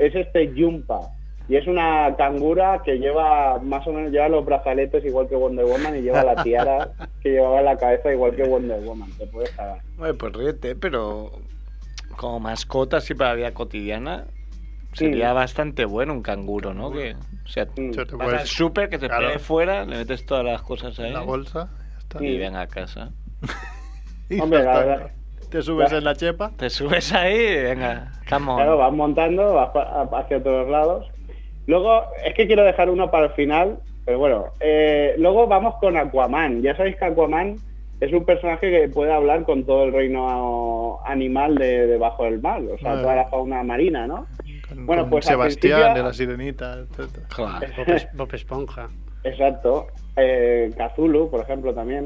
Speaker 13: es este Jumpa. Y es una cangura que lleva, más o menos, lleva los brazaletes igual que Wonder Woman y lleva la tiara que llevaba en la cabeza igual que Wonder Woman. Te puedes cagar.
Speaker 11: Bueno, pues ríete, pero como mascota así para la vida cotidiana
Speaker 13: Sí.
Speaker 11: sería bastante bueno un canguro, ¿no? Que, o sea,
Speaker 3: Yo te
Speaker 11: vas
Speaker 3: puedes-
Speaker 11: al súper, que te
Speaker 3: Claro.
Speaker 11: pegue fuera, le metes todas las cosas ahí
Speaker 3: la bolsa ya está.
Speaker 11: y ven a casa.
Speaker 3: Y
Speaker 13: Hombre, la
Speaker 3: saltando.
Speaker 13: verdad-
Speaker 3: Te subes
Speaker 13: la-
Speaker 3: en la chepa.
Speaker 11: Te subes ahí y venga, come on.
Speaker 13: Claro, vas montando, vas pa- hacia todos lados. Luego, es que quiero dejar uno para el final, pero bueno, eh, luego vamos con Aquaman. Ya sabéis que Aquaman es un personaje que puede hablar con todo el reino animal de debajo del mar, o sea,
Speaker 3: Madre
Speaker 13: toda la
Speaker 3: mía.
Speaker 13: fauna marina, ¿no?
Speaker 3: Con,
Speaker 13: Bueno,
Speaker 3: con
Speaker 13: pues al
Speaker 3: Sebastián
Speaker 13: principio-
Speaker 3: de la Sirenita, etc.
Speaker 11: Joder.
Speaker 4: Bob, Es- Bob Esponja.
Speaker 13: Exacto. Eh, Cthulhu, por ejemplo, también.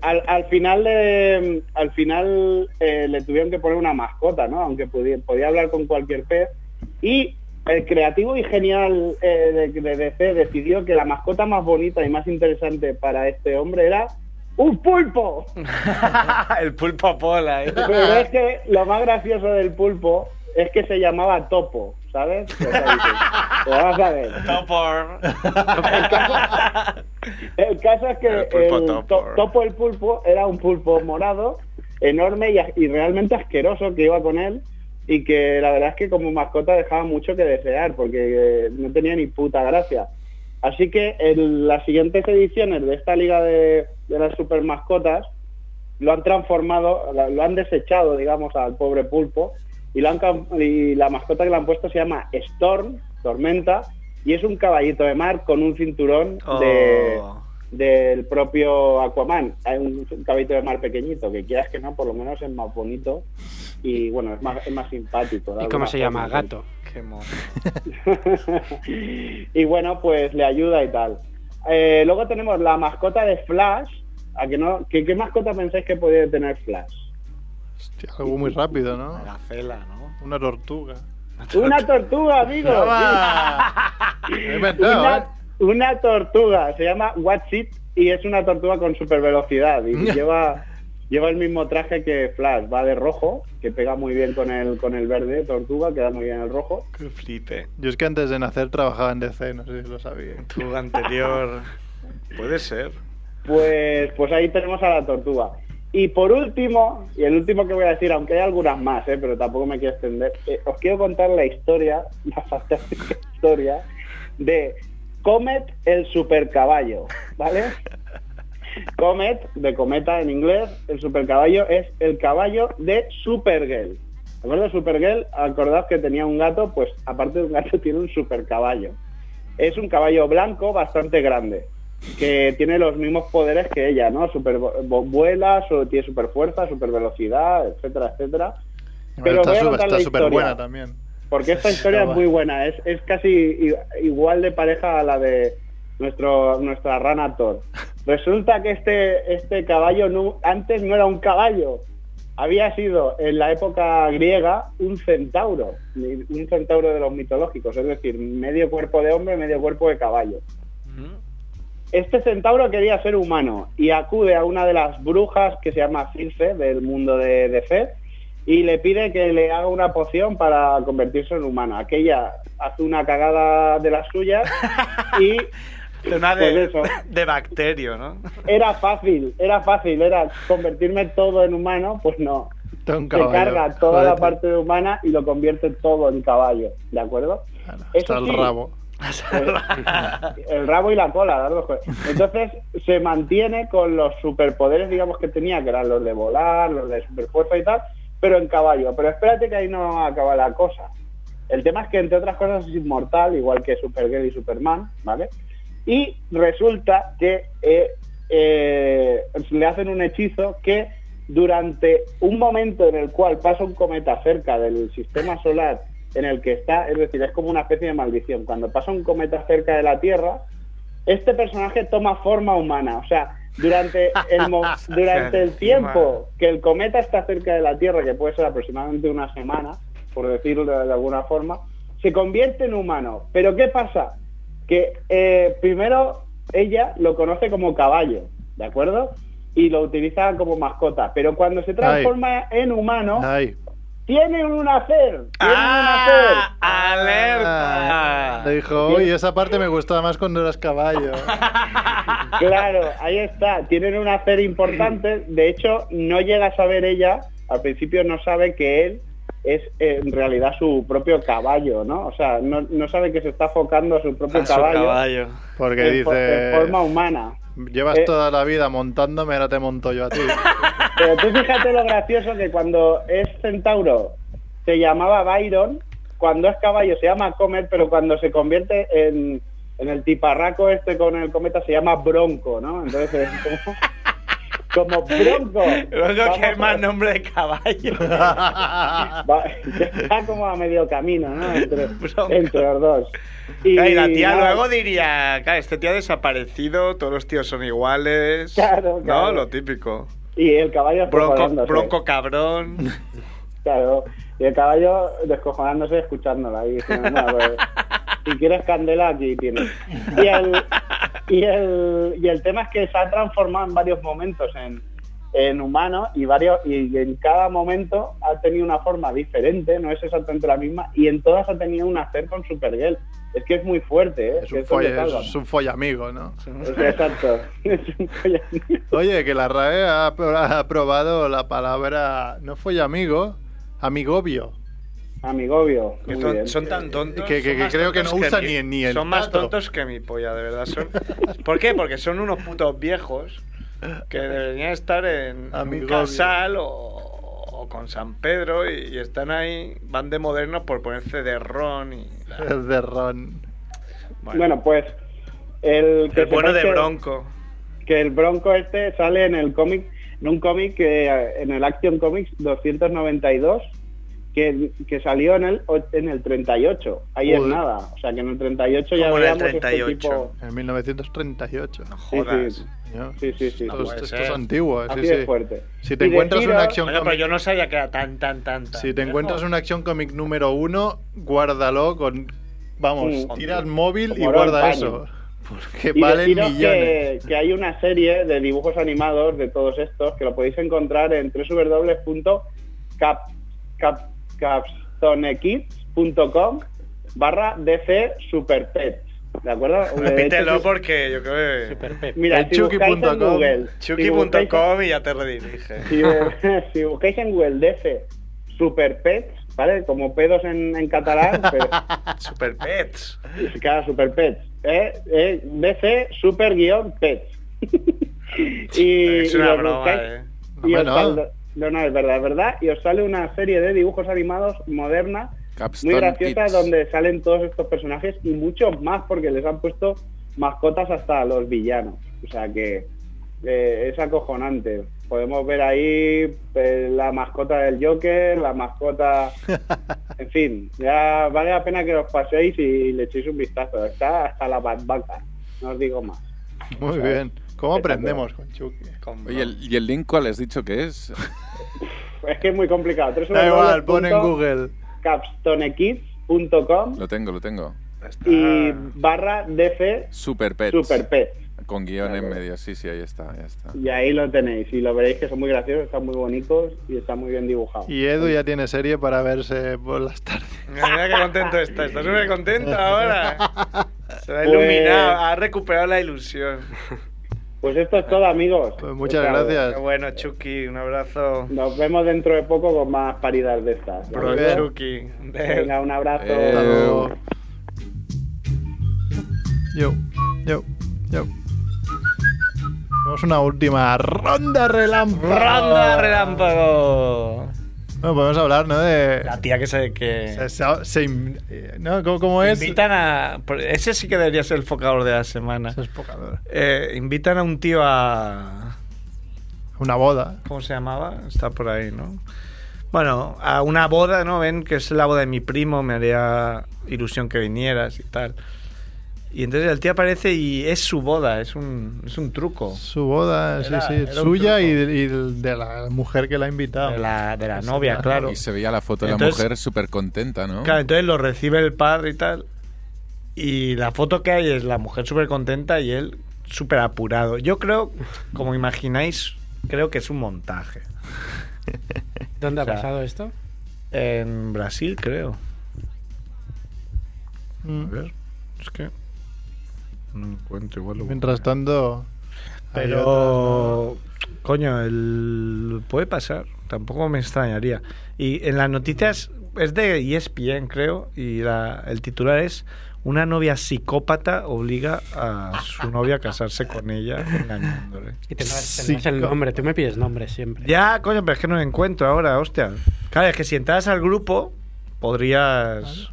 Speaker 13: Al, al final, de- al final eh, le tuvieron que poner una mascota, ¿no? Aunque pudi- podía hablar con cualquier pez. Y el creativo y genial eh, de, de DC decidió que la mascota más bonita y más interesante para este hombre era un pulpo.
Speaker 11: el pulpo pola. ¿eh?
Speaker 13: Pero es que lo más gracioso del pulpo es que se llamaba Topo, ¿sabes? O sea, dices, "Pues vamos a ver.
Speaker 11: No por...
Speaker 13: El caso, El caso es que
Speaker 11: El
Speaker 13: el
Speaker 11: pulpo topo.
Speaker 13: to- topo el pulpo era un pulpo morado, enorme y, as- y realmente asqueroso que iba con él y que la verdad es que como mascota dejaba mucho que desear porque eh, no tenía ni puta gracia. Así que en las siguientes ediciones de esta liga de, de las super mascotas lo han transformado, la- lo han desechado, digamos, al pobre pulpo y, lo han cam- y la mascota que le han puesto se llama Storm, Tormenta, y es un caballito de mar con un cinturón de,
Speaker 11: Oh.
Speaker 13: del propio Aquaman. Hay un caballito de mar pequeñito, que quieras que no, por lo menos es más bonito y bueno, es más, es más simpático. de
Speaker 4: ¿Y cómo
Speaker 13: alguna
Speaker 4: se llama?
Speaker 13: forma.
Speaker 4: Gato.
Speaker 11: Qué mono.
Speaker 13: y bueno, pues le ayuda y tal. Eh, luego tenemos la mascota de Flash. ¿A que no? ¿Qué, qué mascota pensáis que podría tener Flash?
Speaker 3: Hostia, algo muy rápido, ¿no?
Speaker 11: Gacela, ¿no?
Speaker 3: Una tortuga.
Speaker 13: Una tortuga, amigo.
Speaker 3: Me he
Speaker 13: Pues
Speaker 3: inventado, ¿eh?
Speaker 13: una, una tortuga, se llama What's It y es una tortuga con super velocidad y lleva, lleva el mismo traje que Flash, va de rojo, que pega muy bien con el, con el verde tortuga, queda muy bien el rojo.
Speaker 11: Qué flipe.
Speaker 3: Yo es que antes de nacer trabajaba en DC, no sé si lo sabía.
Speaker 11: Tu anterior. Puede ser.
Speaker 13: Pues, pues ahí tenemos a la tortuga. Y por último, y el último que voy a decir, aunque hay algunas más, ¿eh? pero tampoco me quiero extender, eh, os quiero contar la historia, la fantástica historia, de Comet el supercaballo, ¿vale? Comet, de cometa en inglés, el supercaballo es el caballo de Supergirl. ¿De acuerdo? Supergirl, acordad que tenía un gato, pues aparte de un gato tiene un supercaballo. Es un caballo blanco bastante grande, que tiene los mismos poderes que ella, ¿no? Super vo- vuela, su- tiene super fuerza, super velocidad, etcétera, etcétera. Pero
Speaker 3: está
Speaker 13: voy a
Speaker 3: su-
Speaker 13: contar
Speaker 3: está
Speaker 13: la
Speaker 3: súper buena
Speaker 13: historia.
Speaker 3: también.
Speaker 13: Porque esta historia es muy buena, es, es casi i- igual de pareja a la de nuestro nuestra rana Thor. Resulta que este, este caballo no- antes no era un caballo, había sido en la época griega un centauro, un centauro de los mitológicos, es decir, medio cuerpo de hombre, medio cuerpo de caballo. Este centauro quería ser humano y acude a una de las brujas que se llama Circe del mundo de, de Fed y le pide que le haga una poción para convertirse en humano. Aquella hace una cagada de las suyas y
Speaker 11: Una de,
Speaker 13: Pues eso.
Speaker 11: de bacterio, ¿no?
Speaker 13: era fácil, era fácil, era convertirme todo en humano, pues no.
Speaker 3: Está un
Speaker 13: Se
Speaker 3: caballo.
Speaker 13: carga toda la
Speaker 3: Jódete.
Speaker 13: parte de humana y lo convierte todo en caballo, ¿de acuerdo?
Speaker 3: Claro,
Speaker 13: Eso
Speaker 3: Está
Speaker 13: sí,
Speaker 3: el rabo.
Speaker 13: el rabo y la cola, las dos cosas. Entonces se mantiene con los superpoderes, digamos, que tenía, que eran los de volar, los de superfuerza y tal, pero en caballo. Pero espérate que ahí no acaba la cosa. El tema es que, entre otras cosas, es inmortal, igual que Supergirl y Superman, ¿vale? Y resulta que eh, eh, le hacen un hechizo que durante un momento en el cual pasa un cometa cerca del sistema solar en el que está, es decir, es como una especie de maldición. Cuando pasa un cometa cerca de la Tierra, este personaje toma forma humana. O sea, durante el, mo- durante el tiempo que el cometa está cerca de la Tierra, que puede ser aproximadamente una semana, por decirlo de, de alguna forma, se convierte en humano. Pero ¿qué pasa? Que eh, primero ella lo conoce como caballo, ¿de acuerdo? Y lo utiliza como mascota. Pero cuando se transforma en humano,
Speaker 3: Ahí. Ah.
Speaker 13: tiene un hacer. Tiene
Speaker 2: Ah.
Speaker 13: un hacer.
Speaker 11: ¡Ah! ¡Alerta!
Speaker 3: Le dijo, oye, esa parte me gustaba más cuando eras caballo.
Speaker 13: Claro, ahí está. Tienen un hacer importante. De hecho, no llega a saber ella, al principio no sabe que él es eh, en realidad su propio caballo, ¿no? O sea, no, no sabe que se está focando a su propio
Speaker 11: A Ah, su
Speaker 13: caballo,
Speaker 11: caballo.
Speaker 3: Porque
Speaker 13: en, fo- en
Speaker 3: dice,
Speaker 13: forma humana.
Speaker 3: llevas
Speaker 13: Eh.
Speaker 3: toda la vida montándome, ahora te monto yo a ti.
Speaker 13: Pero tú fíjate lo gracioso que cuando es centauro se llamaba Byron, cuando es caballo se llama Comet, pero cuando se convierte en, en el tiparraco este con el cometa se llama Bronco, ¿no? Entonces es como, como Bronco.
Speaker 11: Luego que
Speaker 13: Vamos
Speaker 11: hay más
Speaker 13: a-
Speaker 11: nombre de caballo.
Speaker 13: va- está como a medio camino, ¿no? Entre,
Speaker 11: Bronco.
Speaker 13: entre los dos. Y
Speaker 11: Claro, y la tía
Speaker 13: nada,
Speaker 11: luego diría, claro, este tío ha desaparecido, todos los tíos son iguales.
Speaker 13: Claro, claro.
Speaker 11: No, lo típico.
Speaker 13: Y el caballo
Speaker 11: Bronco,
Speaker 13: acojonándose.
Speaker 11: bronco cabrón.
Speaker 13: Claro, y el caballo descojonándose escuchándola y diciendo, "No, pues, si quieres candela aquí tienes. Y el, y, el, y el tema es que se ha transformado en varios momentos en, en humano y varios y en cada momento ha tenido una forma diferente, no es exactamente la misma, y en todas ha tenido un hacer con Supergirl. Es que es muy fuerte, ¿eh?
Speaker 3: Es
Speaker 13: Que
Speaker 3: un,
Speaker 13: eso le
Speaker 3: folle,
Speaker 13: salva.
Speaker 3: es un follamigo, ¿no?
Speaker 13: O sea, Exacto. Es un follamigo.
Speaker 3: Oye, que la RAE ha apro- ha aprobado la palabra, no follamigo, amigobio.
Speaker 13: Amigobio.
Speaker 11: Que ton- son tan tontos.
Speaker 3: Eh, Que- que-
Speaker 11: son
Speaker 3: que
Speaker 11: más
Speaker 3: creo que
Speaker 11: tontos
Speaker 3: no usa
Speaker 11: mi-
Speaker 3: ni- ni el
Speaker 11: Son más
Speaker 3: tato.
Speaker 11: tontos que mi polla, de verdad. Son, ¿Por qué? Porque son unos putos viejos que deberían estar en un
Speaker 3: Amigobio.
Speaker 11: casal o, o con San Pedro y, y están ahí, van de modernos por ponerse de ron y...
Speaker 3: Es de ron.
Speaker 11: Bueno,
Speaker 13: Bueno, pues el que
Speaker 11: el bueno de
Speaker 13: sepáis que-
Speaker 11: Bronco.
Speaker 13: que el Bronco este sale en el cómic, en un cómic que eh, en el Action Comics 292 que, que salió en el och- en el 38, ahí es
Speaker 3: Joder.
Speaker 13: nada, o sea que en el 38 ya
Speaker 11: Como en el
Speaker 13: veíamos este
Speaker 11: 38.
Speaker 13: tipo
Speaker 3: En 1938.
Speaker 13: Sí,
Speaker 11: Jodas.
Speaker 13: sí,
Speaker 3: Señor.
Speaker 13: sí, sí, sí.
Speaker 3: Esto,
Speaker 11: Ah, puede
Speaker 3: esto
Speaker 11: ser.
Speaker 3: es antiguo. sí,
Speaker 13: Así de
Speaker 3: sí.
Speaker 13: fuerte.
Speaker 3: Si te
Speaker 13: Y de
Speaker 3: encuentras
Speaker 13: giro-
Speaker 3: una acción
Speaker 11: Bueno, pero
Speaker 3: comic-
Speaker 11: yo no sabía que era tan, tan, tan, tan.
Speaker 3: Si te
Speaker 11: viejo.
Speaker 3: encuentras una acción cómic número uno, guárdalo con. Vamos,
Speaker 13: Sí.
Speaker 3: tira el móvil y
Speaker 13: Como
Speaker 3: guarda
Speaker 13: Ron
Speaker 3: eso. Porque
Speaker 13: Y
Speaker 3: valen
Speaker 13: deciros
Speaker 3: millones.
Speaker 13: Que, que hay una serie de dibujos animados de todos estos que lo podéis encontrar en www.capstonekids.com barra DC Super Pets. ¿De acuerdo? De
Speaker 3: Eh,
Speaker 11: Repítelo
Speaker 13: hecho,
Speaker 11: porque yo creo que...
Speaker 4: Super Pep.
Speaker 13: Mira,
Speaker 3: el
Speaker 13: si buscáis en
Speaker 3: chucky.com,
Speaker 13: Google. si buscáis-
Speaker 11: Chucky.com y ya te redirige.
Speaker 13: Si, bu- si buscáis en Google DC Super Pets, ¿vale? Como pedos en, en catalán, pero
Speaker 11: Super Pets.
Speaker 13: Claro, Super Pets. ¿eh? Eh, DC Super Guión Pets. y,
Speaker 11: es una
Speaker 13: y os
Speaker 11: broma,
Speaker 13: buscáis-
Speaker 11: eh.
Speaker 13: y os
Speaker 3: Hombre, no.
Speaker 13: sal- no, no, es verdad, es verdad. Y os sale una serie de dibujos animados moderna,
Speaker 5: Capstone
Speaker 13: muy graciosa,
Speaker 5: Kids.
Speaker 13: donde salen todos estos personajes y muchos más, porque les han puesto mascotas hasta a los villanos. O sea que eh, es acojonante. Podemos ver ahí eh, la mascota del Joker, la mascota en fin, ya vale la pena que os paséis y le echéis un vistazo. Está hasta la barbaca, no os digo más.
Speaker 3: Muy bien. ¿Cómo aprendemos con Chucky?
Speaker 11: Con-
Speaker 5: Oye, el- ¿y el link cuál has dicho que es?
Speaker 13: Es que es muy complicado.
Speaker 3: Da igual, pon en Google.
Speaker 13: capstonekids.com
Speaker 5: Lo tengo, lo tengo.
Speaker 11: está-
Speaker 13: y
Speaker 11: Ah.
Speaker 13: barra DC
Speaker 5: Super Pets.
Speaker 13: Super Pet.
Speaker 5: Con guión en medio. Sí, sí, ahí está, ya está.
Speaker 13: Y ahí lo tenéis. Y lo veréis que son muy graciosos, están muy bonitos y están muy bien dibujados.
Speaker 3: Y Edu ya tiene serie para verse por las tardes.
Speaker 11: Mira qué contento está. Está súper contento ahora. Se ha
Speaker 13: Pues-
Speaker 11: iluminado, ha recuperado la ilusión.
Speaker 13: Pues esto es todo, amigos.
Speaker 3: Pues muchas
Speaker 13: O sea,
Speaker 11: Qué
Speaker 3: gracias.
Speaker 11: bueno, Chucky. Un abrazo.
Speaker 13: Nos vemos dentro de poco con más paridas de estas. ¿de
Speaker 11: Pro
Speaker 13: acuerdo?
Speaker 11: Chucky. Un beso.
Speaker 13: Pues Venga, un abrazo.
Speaker 5: Eh,
Speaker 3: Hasta luego. Yo, yo, yo. Vamos a una última ronda relámpago.
Speaker 13: Ah.
Speaker 2: ¡Ronda relámpago!
Speaker 3: Bueno, podemos hablar, ¿no? De.
Speaker 2: La tía que se. Que
Speaker 3: Se, se- se in- eh, ¿no? ¿Cómo, cómo es?
Speaker 2: invitan a. por- Ese sí que debería ser el focador de la semana.
Speaker 3: Eso es poca verdad.
Speaker 2: Eh, invitan a un tío a.
Speaker 3: Una boda.
Speaker 2: ¿Cómo se llamaba? Está por ahí, ¿no? Bueno, a una boda, ¿no? Ven que es la boda de mi primo, me haría ilusión que vinieras y tal. Y entonces el tío aparece y es su boda, es un, es un truco.
Speaker 3: Su boda,
Speaker 2: Era-
Speaker 3: sí,
Speaker 2: era
Speaker 3: sí.
Speaker 2: un
Speaker 3: Suya y,
Speaker 2: truco.
Speaker 3: y de la mujer que la ha invitado.
Speaker 2: De la, de la novia, claro.
Speaker 5: Y se veía la foto de la
Speaker 2: Entonces-
Speaker 5: mujer súper contenta, ¿no?
Speaker 2: Claro, entonces lo recibe el padre y tal. Y la foto que hay es la mujer súper contenta y él súper apurado. Yo creo, como imagináis, creo que es un montaje.
Speaker 4: ¿Dónde ha
Speaker 2: O sea,
Speaker 4: pasado esto?
Speaker 2: En Brasil, creo.
Speaker 3: Mm.
Speaker 2: A ver, es que no encuentro igual. lo
Speaker 3: Mientras
Speaker 2: busco.
Speaker 3: tanto. hay
Speaker 2: Pero, coño, el... puede pasar. Tampoco me extrañaría. Y en las noticias es de E ESPN, creo, y la- el titular es una novia psicópata obliga a su novia a casarse con ella engañándole.
Speaker 4: Y tendrás,
Speaker 3: Sí,
Speaker 4: tendrás el
Speaker 3: co-
Speaker 4: nombre. Tú me pides nombres siempre.
Speaker 2: Ya, coño, pero es que no lo encuentro ahora, hostia. Claro, es que si entras al grupo podrías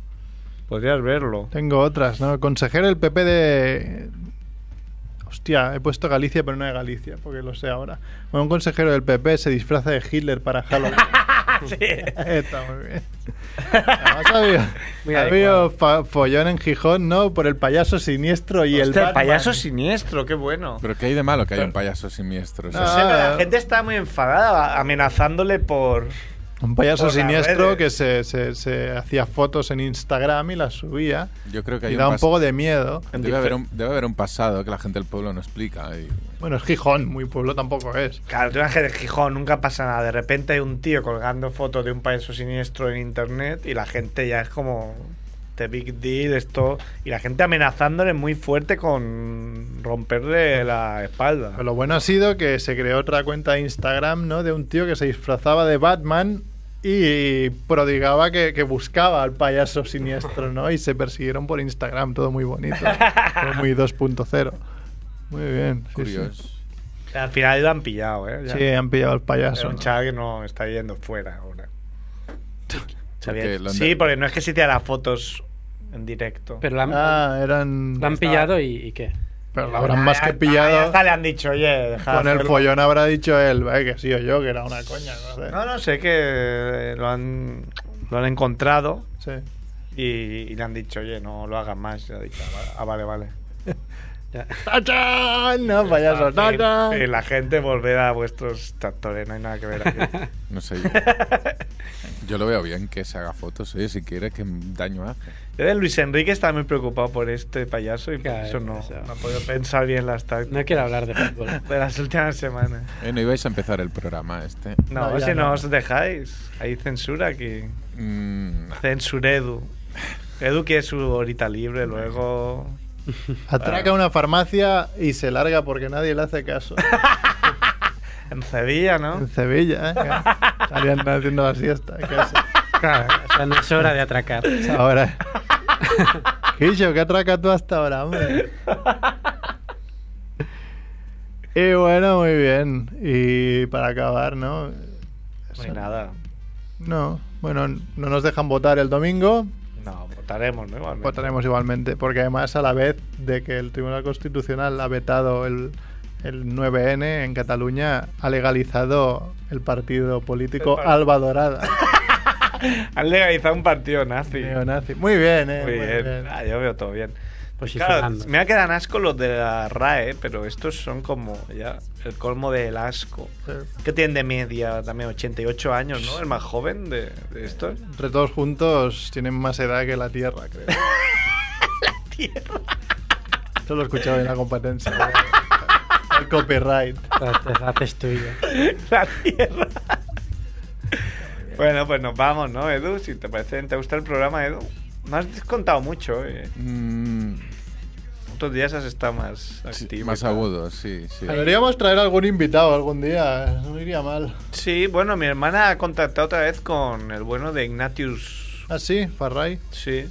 Speaker 2: podrías verlo.
Speaker 3: otra. Tengo otras, ¿no? Consejero del PP de. Hostia, he puesto Galicia, pero no de Galicia, porque lo sé ahora. Bueno, un consejero del PP se disfraza de Hitler para Halloween. Está muy bien. Además, ha habido,
Speaker 2: Muy
Speaker 3: ha habido fa- follón en Gijón, ¿no? Por el payaso siniestro y el
Speaker 2: Hostia, el
Speaker 3: Batman.
Speaker 2: payaso siniestro, qué bueno.
Speaker 5: Pero ¿qué hay de malo que haya un payaso siniestro? O sea,
Speaker 3: Ah,
Speaker 2: No sé, pero la gente está muy enfadada amenazándole por
Speaker 3: Un payaso
Speaker 5: Por las
Speaker 3: siniestro
Speaker 5: redes.
Speaker 3: que se, se- se hacía fotos en Instagram y las subía.
Speaker 5: Yo creo que hay
Speaker 3: y da un
Speaker 5: pas-
Speaker 3: poco de miedo.
Speaker 5: Debe haber, un, debe haber un pasado que la gente del pueblo no explica. y-
Speaker 3: Bueno, es Gijón, muy pueblo tampoco es.
Speaker 2: Claro, tú que de Gijón nunca pasa nada. De repente hay un tío colgando fotos de un payaso siniestro en internet y la gente ya es como de big deal esto y la gente amenazándole muy fuerte con romperle la espalda.
Speaker 3: Pero lo bueno ha sido que se creó otra cuenta de Instagram, ¿no? De un tío que se disfrazaba de Batman y prodigaba que, que buscaba al payaso siniestro, ¿no? Y se persiguieron por Instagram, todo muy bonito. Todo muy 2.0. Muy bien. sí,
Speaker 2: Curioso.
Speaker 3: sí.
Speaker 2: Al final lo han pillado, ¿eh? Ya.
Speaker 3: Sí, han pillado al payaso.
Speaker 2: Era un chaval que no está yendo fuera ahora. Sabía-
Speaker 3: Porque lo han
Speaker 2: Sí,
Speaker 3: de-
Speaker 2: porque no es que se te las fotos en directo.
Speaker 4: Pero la han-
Speaker 3: Ah, eran.
Speaker 4: La han pillado y, y qué.
Speaker 3: Pero la habrán más que pillado.
Speaker 2: Ah, Ya le han dicho, oye, deja de
Speaker 3: Con el
Speaker 2: hacerlo.
Speaker 3: follón habrá dicho él, eh, que sí o yo, que era una coña. No, sé.
Speaker 2: No, no, sé que eh, lo han, lo han encontrado.
Speaker 3: Sí.
Speaker 2: Y, y le han dicho, oye, no lo hagas más. Y ha dicho, "Ah, va- ah, vale, vale.
Speaker 3: ¡Tachán! No, payaso,
Speaker 2: Y-
Speaker 3: tachán.
Speaker 2: y la gente volverá a vuestros tractores, no hay nada que ver aquí.
Speaker 5: No sé yo. Yo lo veo bien que se haga fotos, oye, si quiere, que daño hace.
Speaker 2: Yo de Luis Enrique estaba muy preocupado por este payaso y por eso no, no he podido pensar bien las tácticas.
Speaker 4: No quiero hablar de fútbol.
Speaker 2: De las últimas semanas.
Speaker 5: Eh, no ibais a empezar el programa este.
Speaker 2: No, si no, os dejáis. Hay censura aquí.
Speaker 5: Mm,
Speaker 2: Censura Edu. Edu quiere su horita libre luego.
Speaker 3: Atraca una farmacia y se larga porque nadie le hace caso.
Speaker 2: En Sevilla, ¿no?
Speaker 3: En Sevilla, ¿eh? Estarían haciendo la siesta. casi.
Speaker 4: O sea, no es hora de atracar.
Speaker 3: Ahora. Quillo, ¿qué atraca tú hasta ahora, hombre? Y bueno, muy bien. Y para acabar, ¿no?
Speaker 2: No hay nada.
Speaker 3: No, bueno, no nos dejan votar el domingo.
Speaker 2: No, votaremos, ¿no? Igualmente.
Speaker 3: Votaremos igualmente, porque además a la vez de que el Tribunal Constitucional ha vetado el, el 9N en Cataluña, ha legalizado el partido político
Speaker 2: El par-
Speaker 3: Alba Dorada.
Speaker 2: Han legalizado un partido nazi.
Speaker 3: Neonazi. Muy bien, eh.
Speaker 2: Muy
Speaker 3: muy
Speaker 2: bien.
Speaker 3: bien.
Speaker 2: Ah, yo veo todo bien.
Speaker 4: Pues
Speaker 2: Claro,
Speaker 3: Posicionando.
Speaker 2: me ha quedado asco los de la RAE, pero estos son como ya el colmo del asco.
Speaker 3: Eh,
Speaker 2: ¿Qué tienen de media también? 88 años, ¿no? El más joven de, de estos.
Speaker 3: Entre todos juntos tienen más edad que la Tierra, creo. la Tierra. Esto lo he escuchado en la competencia. eh. El copyright.
Speaker 4: La haces tuya.
Speaker 2: La tierra. Bueno, pues nos vamos, ¿no, Edu? Si te parece, ¿te gusta el programa, Edu? No has contado mucho, eh. Otros días has estado más activo.
Speaker 5: Más agudo, sí, sí.
Speaker 3: Deberíamos traer algún invitado algún día. No iría mal.
Speaker 2: Sí, bueno, mi hermana ha contactado otra vez con el bueno de Ignatius.
Speaker 3: Ah, sí, Farray.
Speaker 2: Sí.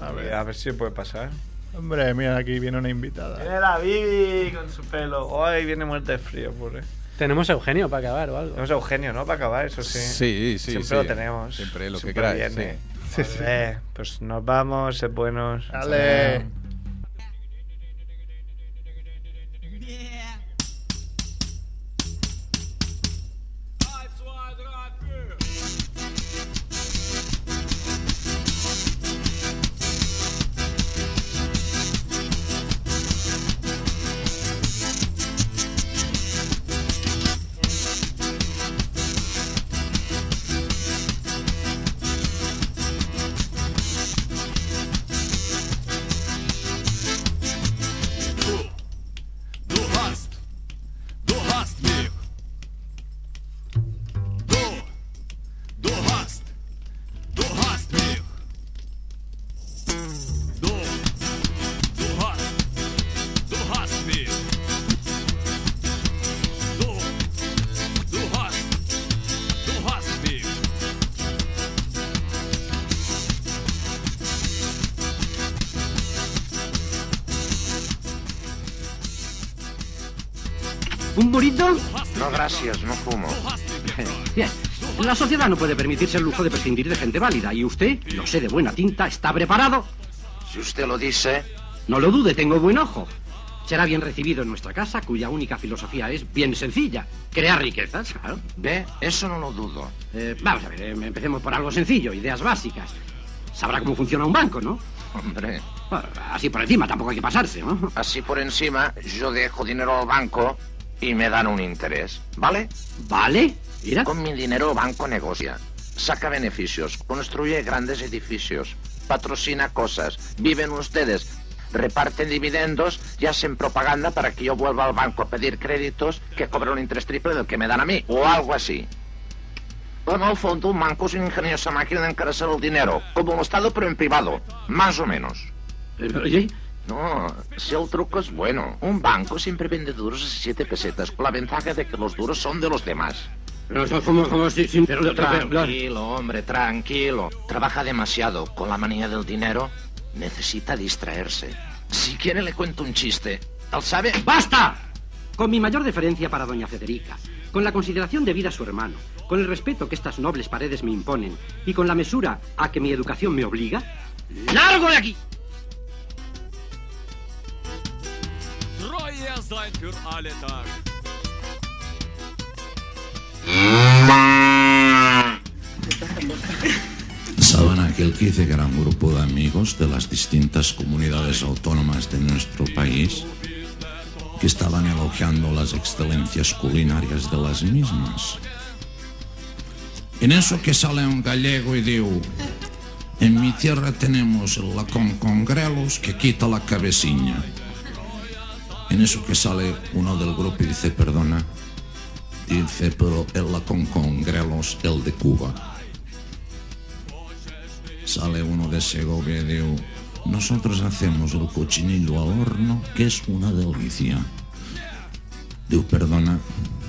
Speaker 3: A
Speaker 2: ver, a ver si puede pasar.
Speaker 3: Hombre, mira, aquí viene una invitada.
Speaker 2: Viene la Bibi con su pelo. Ay, viene muerta de frío, pobre.
Speaker 4: Tenemos a Eugenio para acabar o algo.
Speaker 2: Tenemos a Eugenio, ¿no? Para acabar, eso sí.
Speaker 5: Sí, sí,
Speaker 2: Siempre
Speaker 5: sí.
Speaker 2: lo tenemos.
Speaker 5: Siempre, lo que
Speaker 2: Siempre
Speaker 5: queráis,
Speaker 2: viene.
Speaker 3: sí. Sí,
Speaker 2: Vale, pues nos vamos, sed buenos.
Speaker 3: Dale.
Speaker 12: Du hast, du hast mich. Du, du hast, du hast mich. Du, du hast, du hast mich. Du, du hast, du hast mich.
Speaker 14: ¿Un burrito?
Speaker 2: eh.
Speaker 15: No, gracias, no fumo.
Speaker 14: Bien. La sociedad no puede permitirse el lujo de prescindir de gente válida y usted, lo sé de buena tinta, está preparado.
Speaker 15: Si usted lo dice.
Speaker 14: No lo dude, tengo buen ojo. Será bien recibido en nuestra casa, cuya única filosofía es bien sencilla, crear riquezas. Claro.
Speaker 15: Ve, eso no lo dudo.
Speaker 14: Eh, vamos a ver, em- empecemos por algo sencillo, ideas básicas. Sabrá cómo funciona un banco, ¿no?
Speaker 15: Hombre.
Speaker 14: Bueno, así por encima, tampoco hay que pasarse, ¿no?
Speaker 15: Así por encima, yo dejo dinero al banco y me dan un interés, ¿vale? ¿Vale? Con mi dinero banco negocia, saca beneficios, construye grandes edificios, patrocina cosas, viven ustedes, reparten dividendos y hacen propaganda para que yo vuelva al banco a pedir créditos que cobran un interés triple del que me dan a mí, o algo así. Bueno, al fondo, un banco es una ingeniosa máquina de encarecer el dinero, como un Estado pero en privado, más o menos.
Speaker 14: ¿Y?
Speaker 15: No, si el truco es bueno, un banco siempre vende duros a siete pesetas, con la ventaja de que los duros son de los demás.
Speaker 14: Pero eso, ¿cómo- cómo? Sí, sí, pero- pero- pero-
Speaker 15: Tranquilo, hombre, tranquilo. Trabaja demasiado con la manía del dinero. Necesita distraerse. Si quiere le cuento un chiste. ¿Él sabe?
Speaker 14: ¡Basta! Con mi mayor deferencia para doña Federica, con la consideración debida a su hermano, con el respeto que estas nobles paredes me imponen y con la mesura a que mi educación me obliga, ¡largo de aquí!
Speaker 12: Treue sein für alle Tage.
Speaker 16: Saben aquel que hice gran grupo de amigos de las distintas comunidades autónomas de nuestro país que estaban elogiando las excelencias culinarias de las mismas. En eso que sale un gallego y digo, en mi tierra tenemos el lacón con grelos que quita la cabecilla. En eso que sale uno del grupo y dice, perdona, dice, pero el lacón con grelos, el de Cuba. Sale uno de Segovia y digo, nosotros hacemos el cochinillo al horno, que es una delicia. Digo, perdona,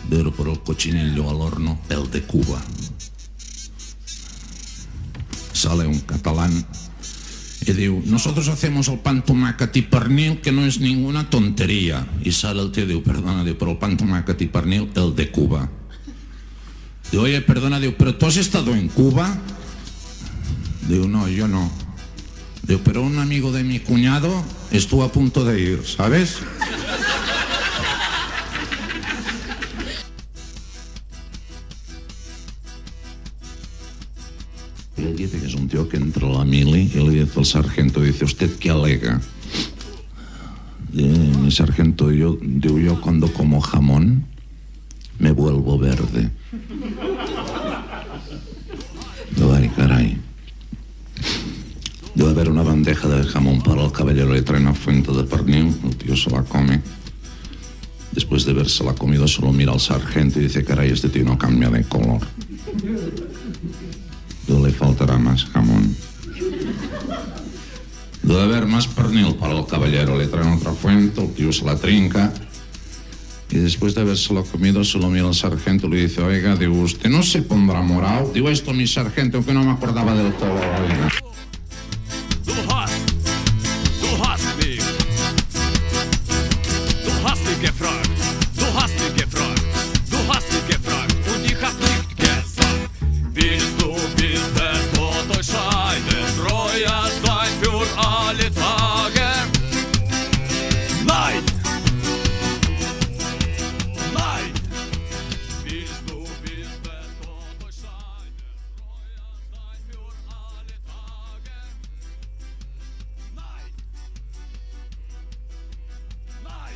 Speaker 16: pero por el cochinillo al horno, el de Cuba. Sale un catalán y digo, nosotros hacemos el pan tomàquet i pernil, que no es ninguna tontería. Y sale el tío y digo, perdona, digo, pero el pan tomàquet i pernil, el de Cuba. Digo, oye, perdona, digo, pero tú has estado en Cuba? Digo, no, yo no. Digo, pero un amigo de mi cuñado estuvo a punto de ir, ¿sabes? Y él dice que es un tío que entró a la mili y le dice al sargento, dice, ¿usted qué alega? Dice, mi sargento, yo, digo, yo cuando como jamón me vuelvo verde. Digo, ay, caray. Debe haber una bandeja de jamón para el caballero le trae una fuente de pernil, el tío se la come. Después de verse la comida solo mira al sargento y dice, caray, este tío no cambia de color. No le faltará más jamón. Debe haber más pernil para el caballero. Le traen otra fuente, el tío se la trinca. Y después de habérselo comido, solo mira al sargento y le dice, oiga, digo, usted no se pondrá morado. Digo esto, mi sargento, que no me acordaba del color. oiga".
Speaker 12: Du hast, du hast mich. Du hast mich gefragt, du hast mich gefragt, du hast mich gefragt und ich hab nicht gesagt. Willst du bist der Tod euch scheide, treuer sein für alle Tage? Nein! Nein! Willst du bist der Tod euch scheide, treuer sein für alle Tage? Nein! Nein!